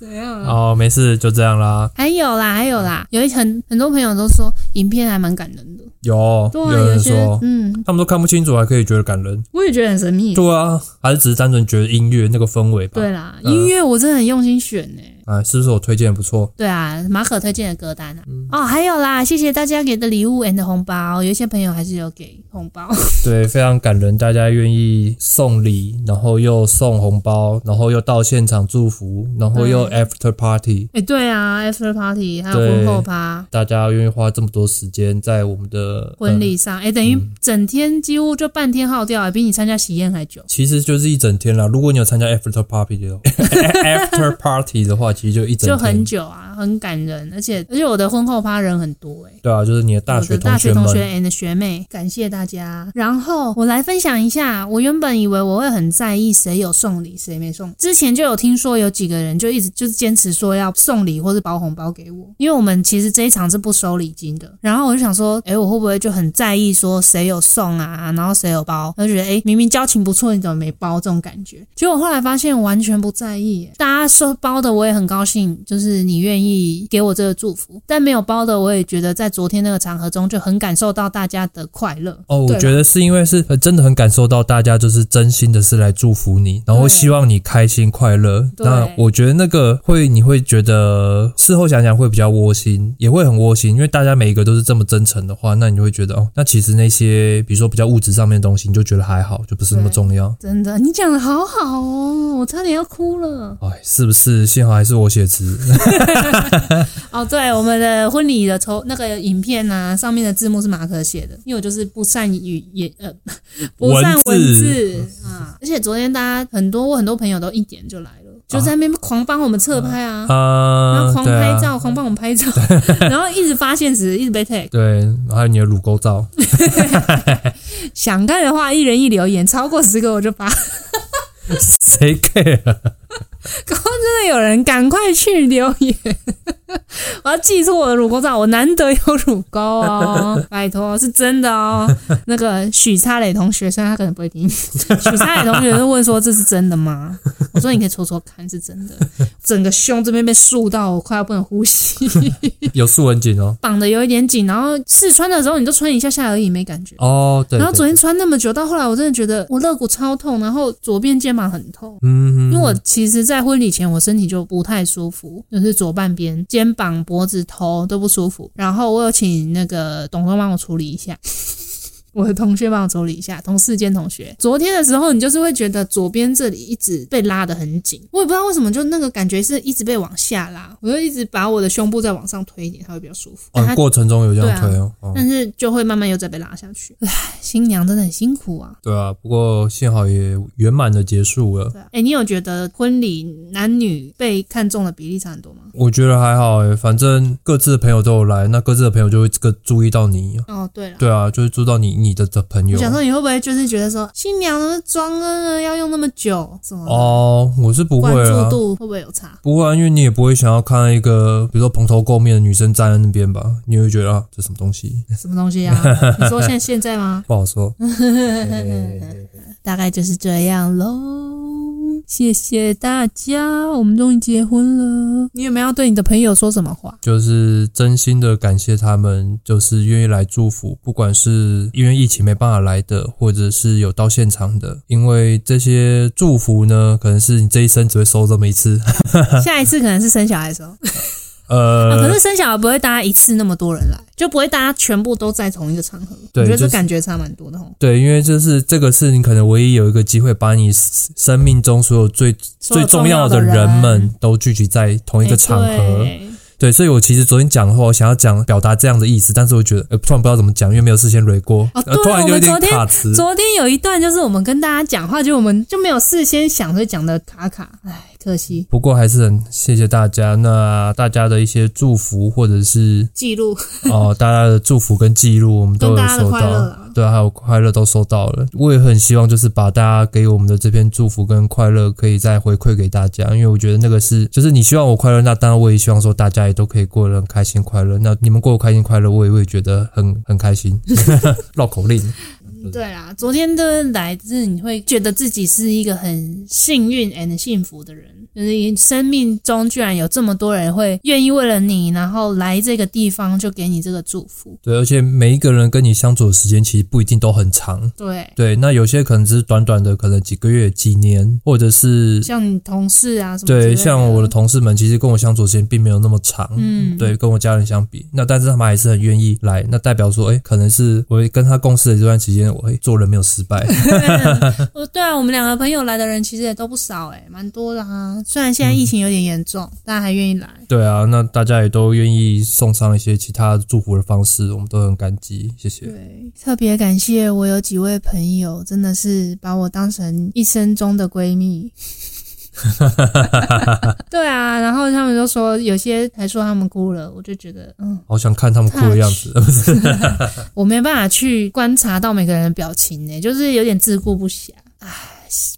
B: 怎样啊？
A: 哦，没事，就这样啦。
B: 还有啦，还有啦，有一很很多朋友都说影片还蛮感人的。
A: 有
B: 对啊，
A: 有
B: 有
A: 人
B: 些
A: 说，
B: 嗯，
A: 他们都看不清楚，还可以觉得感人。
B: 我也觉得很神秘。
A: 对啊，还是只是单纯觉得音乐那个氛围吧。
B: 对啦，
A: 嗯
B: 音乐我真的很用心选呢、
A: 啊，是不是我推荐的不错？
B: 对啊，马可推荐的歌单啊。
A: 嗯
B: 哦，还有啦，谢谢大家给的礼物 and 红包，有一些朋友还是有给红 包。
A: 对，非常感人，大家愿意送礼，然后又送红包，然后又到现场祝福，然后又
B: 嗯
A: after party，、
B: 哎、对啊，after party 还有
A: 对
B: 婚后趴。
A: 大家愿意花这么多时间在我们的
B: 婚、
A: 嗯
B: 礼上，哎、等于整天几乎就半天耗掉、哎比你参加喜宴还久。
A: 其实就是一整天啦。如果你有参加 after party 的 after party 的话，其实就一整
B: 就
A: 天。
B: 很久啊，很感人，而且而且我的婚后趴人很多哎、
A: 对啊，就是你的
B: 我
A: 大学
B: 的大
A: 同
B: 学
A: 学
B: 同
A: 们，
B: 学 and 学妹，感谢大家。然后我来分享一下，我原本以为我会很在意谁有送礼，谁没送。之前就有听说有几个人就一直就是坚持说要送礼或是包红包给我，因为我们其实这一场是不收礼金的。然后我就想说，诶，我会不会就很在意说谁有送啊，然后谁有包？我就觉得，诶，明明交情不错，你怎么没包这种感觉？结果后来发现完全不在意耶，大家收包的我也很高兴，就是你愿意给我这个祝福，但没有包的我也觉得在昨天那个场合中就很感受到大家的快乐。
A: 哦，我
B: 对吧
A: 觉得是因为是呃真的很感受到大家就是真心的是来祝福你，然后
B: 对
A: 希望你开心快乐。
B: 对
A: 那我觉得那个会你会觉得事后想想会比较窝心，也会很窝心，因为大家每一个都是这么真诚的话，那你就会觉得哦，那其实那些比如说比较物质上面的东西，你就觉得还好，就不是那么
B: 对
A: 重要。
B: 真的，你讲的好好哦，我差点要哭了。
A: 哎，是不是？幸好还是我写词。
B: 哦，对，我们的婚礼的抽那个影片啊，上面的字幕是马可写的，因为我就是不善语言，呃， 不善文
A: 文字
B: 字啊。而且昨天大家很多，我很多朋友都一点就来了，就在那边狂帮我们侧拍啊，然后
A: 啊，
B: 狂
A: 对
B: 拍
A: 啊，
B: 照，狂帮我们拍照， 然后一直发现时，一直被 tag。
A: 对，还有你的乳沟照，
B: 想看的话，一人一留言，超过十个我就发。
A: 谁 care？
B: 真的有人赶快去留言，我要寄出我的乳沟照，我难得有乳 沟哦，拜托，是真的哦。那个许差磊同学，虽然他可能不会听，许差磊同学就问说这是真的吗？我说你可以戳戳看，是真的。整个胸这边被束到，我快要不能呼吸，
A: 有素文景哦。
B: 绑的有一点紧，然后试穿的时候你就穿一下下而已，没感觉。
A: 哦，对。
B: 然后
A: 对
B: 昨天穿那么久，到后来我真的觉得我肋骨超痛，然后左边肩膀很痛。
A: 嗯，
B: 因为我其实，在婚礼前我身体就不太舒服，就是左半边肩膀、脖子、头都不舒服。然后我有请那个董东帮我处理一下， 我的同学帮我处理一下，同事兼同学。昨天的时候，你就是会觉得左边这里一直被拉得很紧，我也不知道为什么，就那个感觉是一直被往下拉，我就一直把我的胸部再往上推一点，它会比较舒服。但
A: 哦，
B: 它
A: 过程中有这样
B: 对啊
A: 推哦。哦
B: 但是就会慢慢又再被拉下去，唉，新娘真的很辛苦啊。
A: 对啊，不过幸好也圆满的结束了。
B: 对啊，哎、你有觉得婚礼男女被看中的比例差很多吗？
A: 我觉得还好诶、欸反正各自的朋友都有来，那各自的朋友就会各注意到你。
B: 哦，对了，
A: 对啊，就是注意到你你的的朋
B: 我
A: 友。
B: 想说你会不会就是觉得说新娘的妆啊要用那么久，什么的、
A: 哦，我是不会
B: 关注
A: 啊，
B: 度会不会有差？
A: 不会啊，因为你也不会想要看到一个比如说蓬头垢面的女生站在那边吧，你会觉得啊，这什么东西，
B: 什么东西啊？你说 现现在吗？
A: 不好说。
B: 大概就是这样喽。谢谢大家，我们终于结婚了。你有没有要对你的朋友说什 么话？
A: 就是真心的感谢他们，就是愿意来祝福，不管是因为疫情没办法来的，或者是有到现场的，因为这些祝福呢，可能是你这一生只会收这么一次。
B: 下一次可能是生小孩的时候，啊、可
A: 呃，
B: 是生小孩不会大家一次那么多人来，就不会大家全部都在同一个场合。
A: 对
B: 我觉得
A: 就
B: 这
A: 是
B: 感觉差蛮多的吼。
A: 对，因为就是这个是你可能唯一有一个机会，把你生命中所有最
B: 所有
A: 最
B: 重
A: 重
B: 要
A: 要
B: 的
A: 的
B: 人
A: 人们都聚集在同一个
B: 哎
A: 场合。
B: 对
A: 对，所以我其实昨天讲的话，我想要讲表达这样的意思，但是我觉得、呃、突然不知道怎么讲，因为没有事先捋过，
B: 哦
A: 呃
B: 对
A: 突然有一
B: 我
A: 点
B: 们昨天
A: 卡词。
B: 昨天有一段就是我们跟大家讲话，就我们就没有事先想，所以讲的卡卡，唉，可惜。
A: 不过还是很谢谢大家，那大家的一些祝福或者 是
B: 记录
A: 哦，大家的祝福跟记录，我们都有
B: 跟大家的
A: 收
B: 快乐啊
A: 到。
B: 啦，
A: 对，啊还有快乐都收到了。我也很希望，就是把大家给我们的这篇祝福跟快乐，可以再回馈给大家，因为我觉得那个是，就是你希望我快乐，那当然我也希望说大家也都可以过得很开 心快乐。那你们过得开心快乐，我也会觉得很很开心。绕口令，就是
B: 对啦，昨天的来自你会觉得自己是一个很幸运 and 幸福的人，就是生命中居然有这么多人会愿意为了你，然后来这个地方就给你这个祝福。
A: 对，而且每一个人跟你相处的时间其实不一定都很长。
B: 对，
A: 对，那有些可能只是短短的，可能几个月、几年，或者是
B: 像你同事啊什么之类
A: 对，
B: 的，
A: 像我的同事们，其实跟我相处的时间并没有那么长。
B: 嗯，
A: 对，跟我家人相比，那但是他们还是很愿意来，那代表说，哎、可能是我跟他共事的这段时间，我会做人没有失 败。
B: 哦，对啊，我们两个朋友来的人其实也都不少哎、蛮多的啊。虽然现在疫情有点严重，大家还愿意来。
A: 对啊，那大家也都愿意送上一些其他祝福的方式，我们都很感激，谢谢。
B: 对，特别感谢我有几位朋友，真的是把我当成一生中的闺蜜。 对啊，然后他们就说，有些还说他们哭了，我就觉得，嗯，
A: 好想看他们哭的样子，
B: 我没办法去观察到每个人的表情呢、就是有点自顾不暇。唉，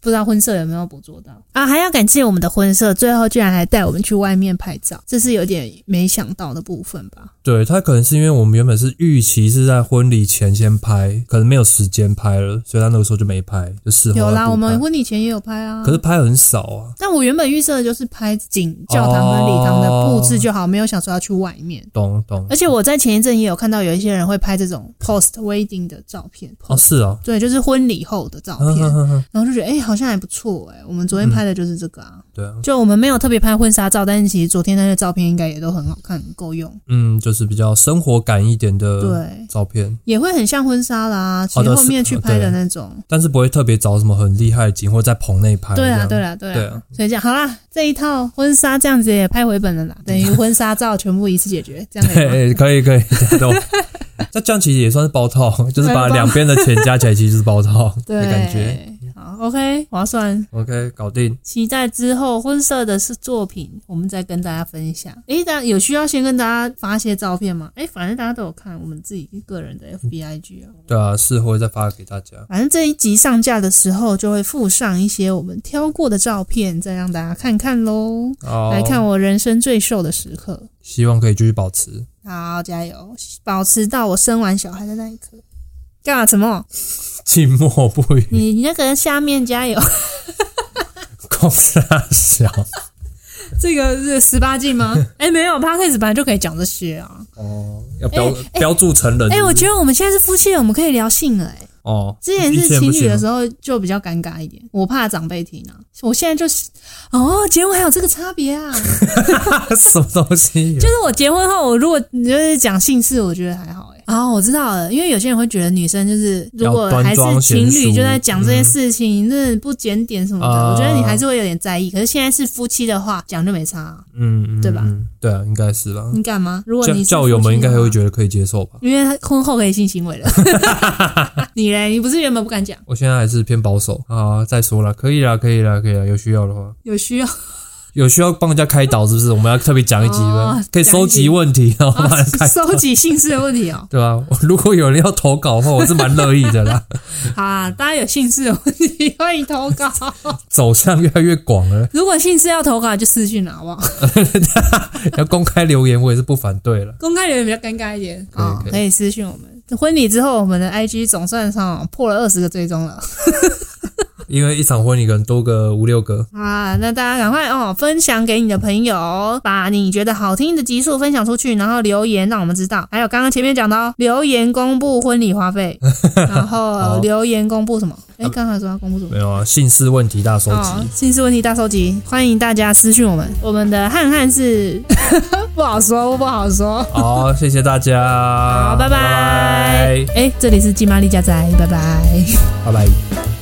B: 不知道婚摄有没有捕捉到啊？还要感谢我们的婚摄，最后居然还带我们去外面拍照，这是有点没想到的部分吧？
A: 对他可能是因为我们原本是预期是在婚礼前先拍，可能没有时间拍了，所以他那个时候就没拍，就事后
B: 有
A: 再
B: 啦，
A: 补
B: 我们
A: 拍
B: 婚礼前也有拍啊。
A: 可是拍很少啊，
B: 但我原本预设的就是拍景教堂跟礼堂的布置就好，没有想说要去外面。
A: 懂懂
B: 而且我在前一阵也有看到有一些人会拍这种 post wedding 的照片
A: 哦，
B: ，post、
A: 是啊，
B: 对，就是婚礼后的照片，然后就觉得哎、诶好像还不错哎、我们昨天拍的就是这个啊，
A: 对啊，
B: 就我们没有特别拍婚纱照，但是其实昨天那些照片应该也都很好看，够用。
A: 嗯，就是比较生活感一点的
B: 对，
A: 照片，
B: 也会很像婚纱啦，其
A: 哦
B: 实
A: 对
B: 后面
A: 是
B: 去
A: 呃
B: 拍
A: 对
B: 的那种。
A: 但是不会特别找什么很厉害的景或者在棚内拍这
B: 对啊，
A: 样，
B: 对啊，对
A: 对
B: 啊
A: 啊，
B: 所以这样好啦，这一套婚纱这样子也拍回本了啦，等于婚纱照全部一次解决，这样可以吗？
A: 对，可以可以，都。那这样其实也算是包套，就是把两边的钱加起来，其实就是包套
B: 对，
A: 的感觉。。
B: 好，OK，划算。
A: OK，搞定。
B: 期待之后婚摄的是作品，我们再跟大家分享。诶，大家有需要先跟大家发些照片吗？诶，反正大家都有看我们自己个
A: 嗯
B: 人的 FBIG 啊。
A: 对啊，事后再发给大家。
B: 反正这一集上架的时候，就会附上一些我们挑过的照片，再让大家看看喽。
A: 哦，
B: 来看，我人生最瘦的时刻。
A: 希望可以继续保持。
B: 好，加油，保持到我生完小孩的那一刻。干嘛？什么？
A: 静默不 语，
B: 你你那个下面加油，
A: 空沙小。
B: 这个是十八禁 吗？哎、没有 p o d c a s 本来就可以讲这些啊。
A: 哦，要标
B: 哎
A: 标注成人。
B: 哎、我觉
A: 得
B: 得我们现在是夫妻了，我们可以聊性了、哎，
A: 哦，
B: 之前是
A: 以
B: 情
A: 不
B: 侣
A: 行
B: 的时候就比较尴尬一点，我怕长辈听啊。我现在就是，哦，结婚还有这个差别 啊。
A: 候 什么东西？
B: 就是我结婚后，我如果你就是讲姓氏，我觉得还好哎、欸。啊、我知道了，因为有些人会觉得女生就是如果还是情侣就在讲这些事情，真的不检点什么的，
A: 啊
B: 我觉得你还是会有点在意。可是现在是夫妻的话，讲就没差、啊，
A: 嗯，嗯
B: 对吧？
A: 嗯对啊，应该是吧。
B: 你敢吗？如果
A: 教
B: 你是
A: 教友
B: 夫
A: 们
B: 妻
A: 应
B: 的
A: 该
B: 话
A: 会觉得可以接受吧？
B: 因为他婚后可以性 行为了。你嘞？你不是原本不敢讲？
A: 我现在还是偏保守啊。再说了，可以啦，可以啦，可以啦，有需要的话。
B: 有需 要
A: 有需要帮人家开导是不是？我们要特别讲一集吗？
B: 哦
A: 可以收集问题，然后帮
B: 啊
A: 人开，
B: 收集姓氏的问题 哦。
A: 对吧、 如果有人要投稿的话，我是蛮乐意的啦。
B: 好啊，大家有姓氏的问题欢迎投 稿。
A: 走向越来越广了，
B: 如果姓氏要投稿就私讯了，好不好？
A: 要公开留言，我也是不反对了。
B: 公开留言比较尴尬一点
A: 可以
B: 啊、
A: 可以
B: 可以私讯我们。婚礼之后，我们的 IG 总算上破了二十个追踪了
A: 因为一场婚礼可能多个五六个，
B: 啊！那大家赶快哦，分享给你的朋友，把你觉得好听的集数分享出去，然后留言让我们知道。还有刚刚前面讲的哦，留言公布婚礼花 费，然后
A: 好
B: 留言公布什么？哎，刚才说要公布什么
A: 没？有啊？姓氏问题大收集，
B: 哦，姓氏问题大收集，欢迎大家私讯我们。我们的汉汉是 不好说，不好说。
A: 好，谢谢大家，
B: 哦好，
A: 好
B: 拜拜。哎、这里是金玛丽家宅，拜拜。
A: 拜拜。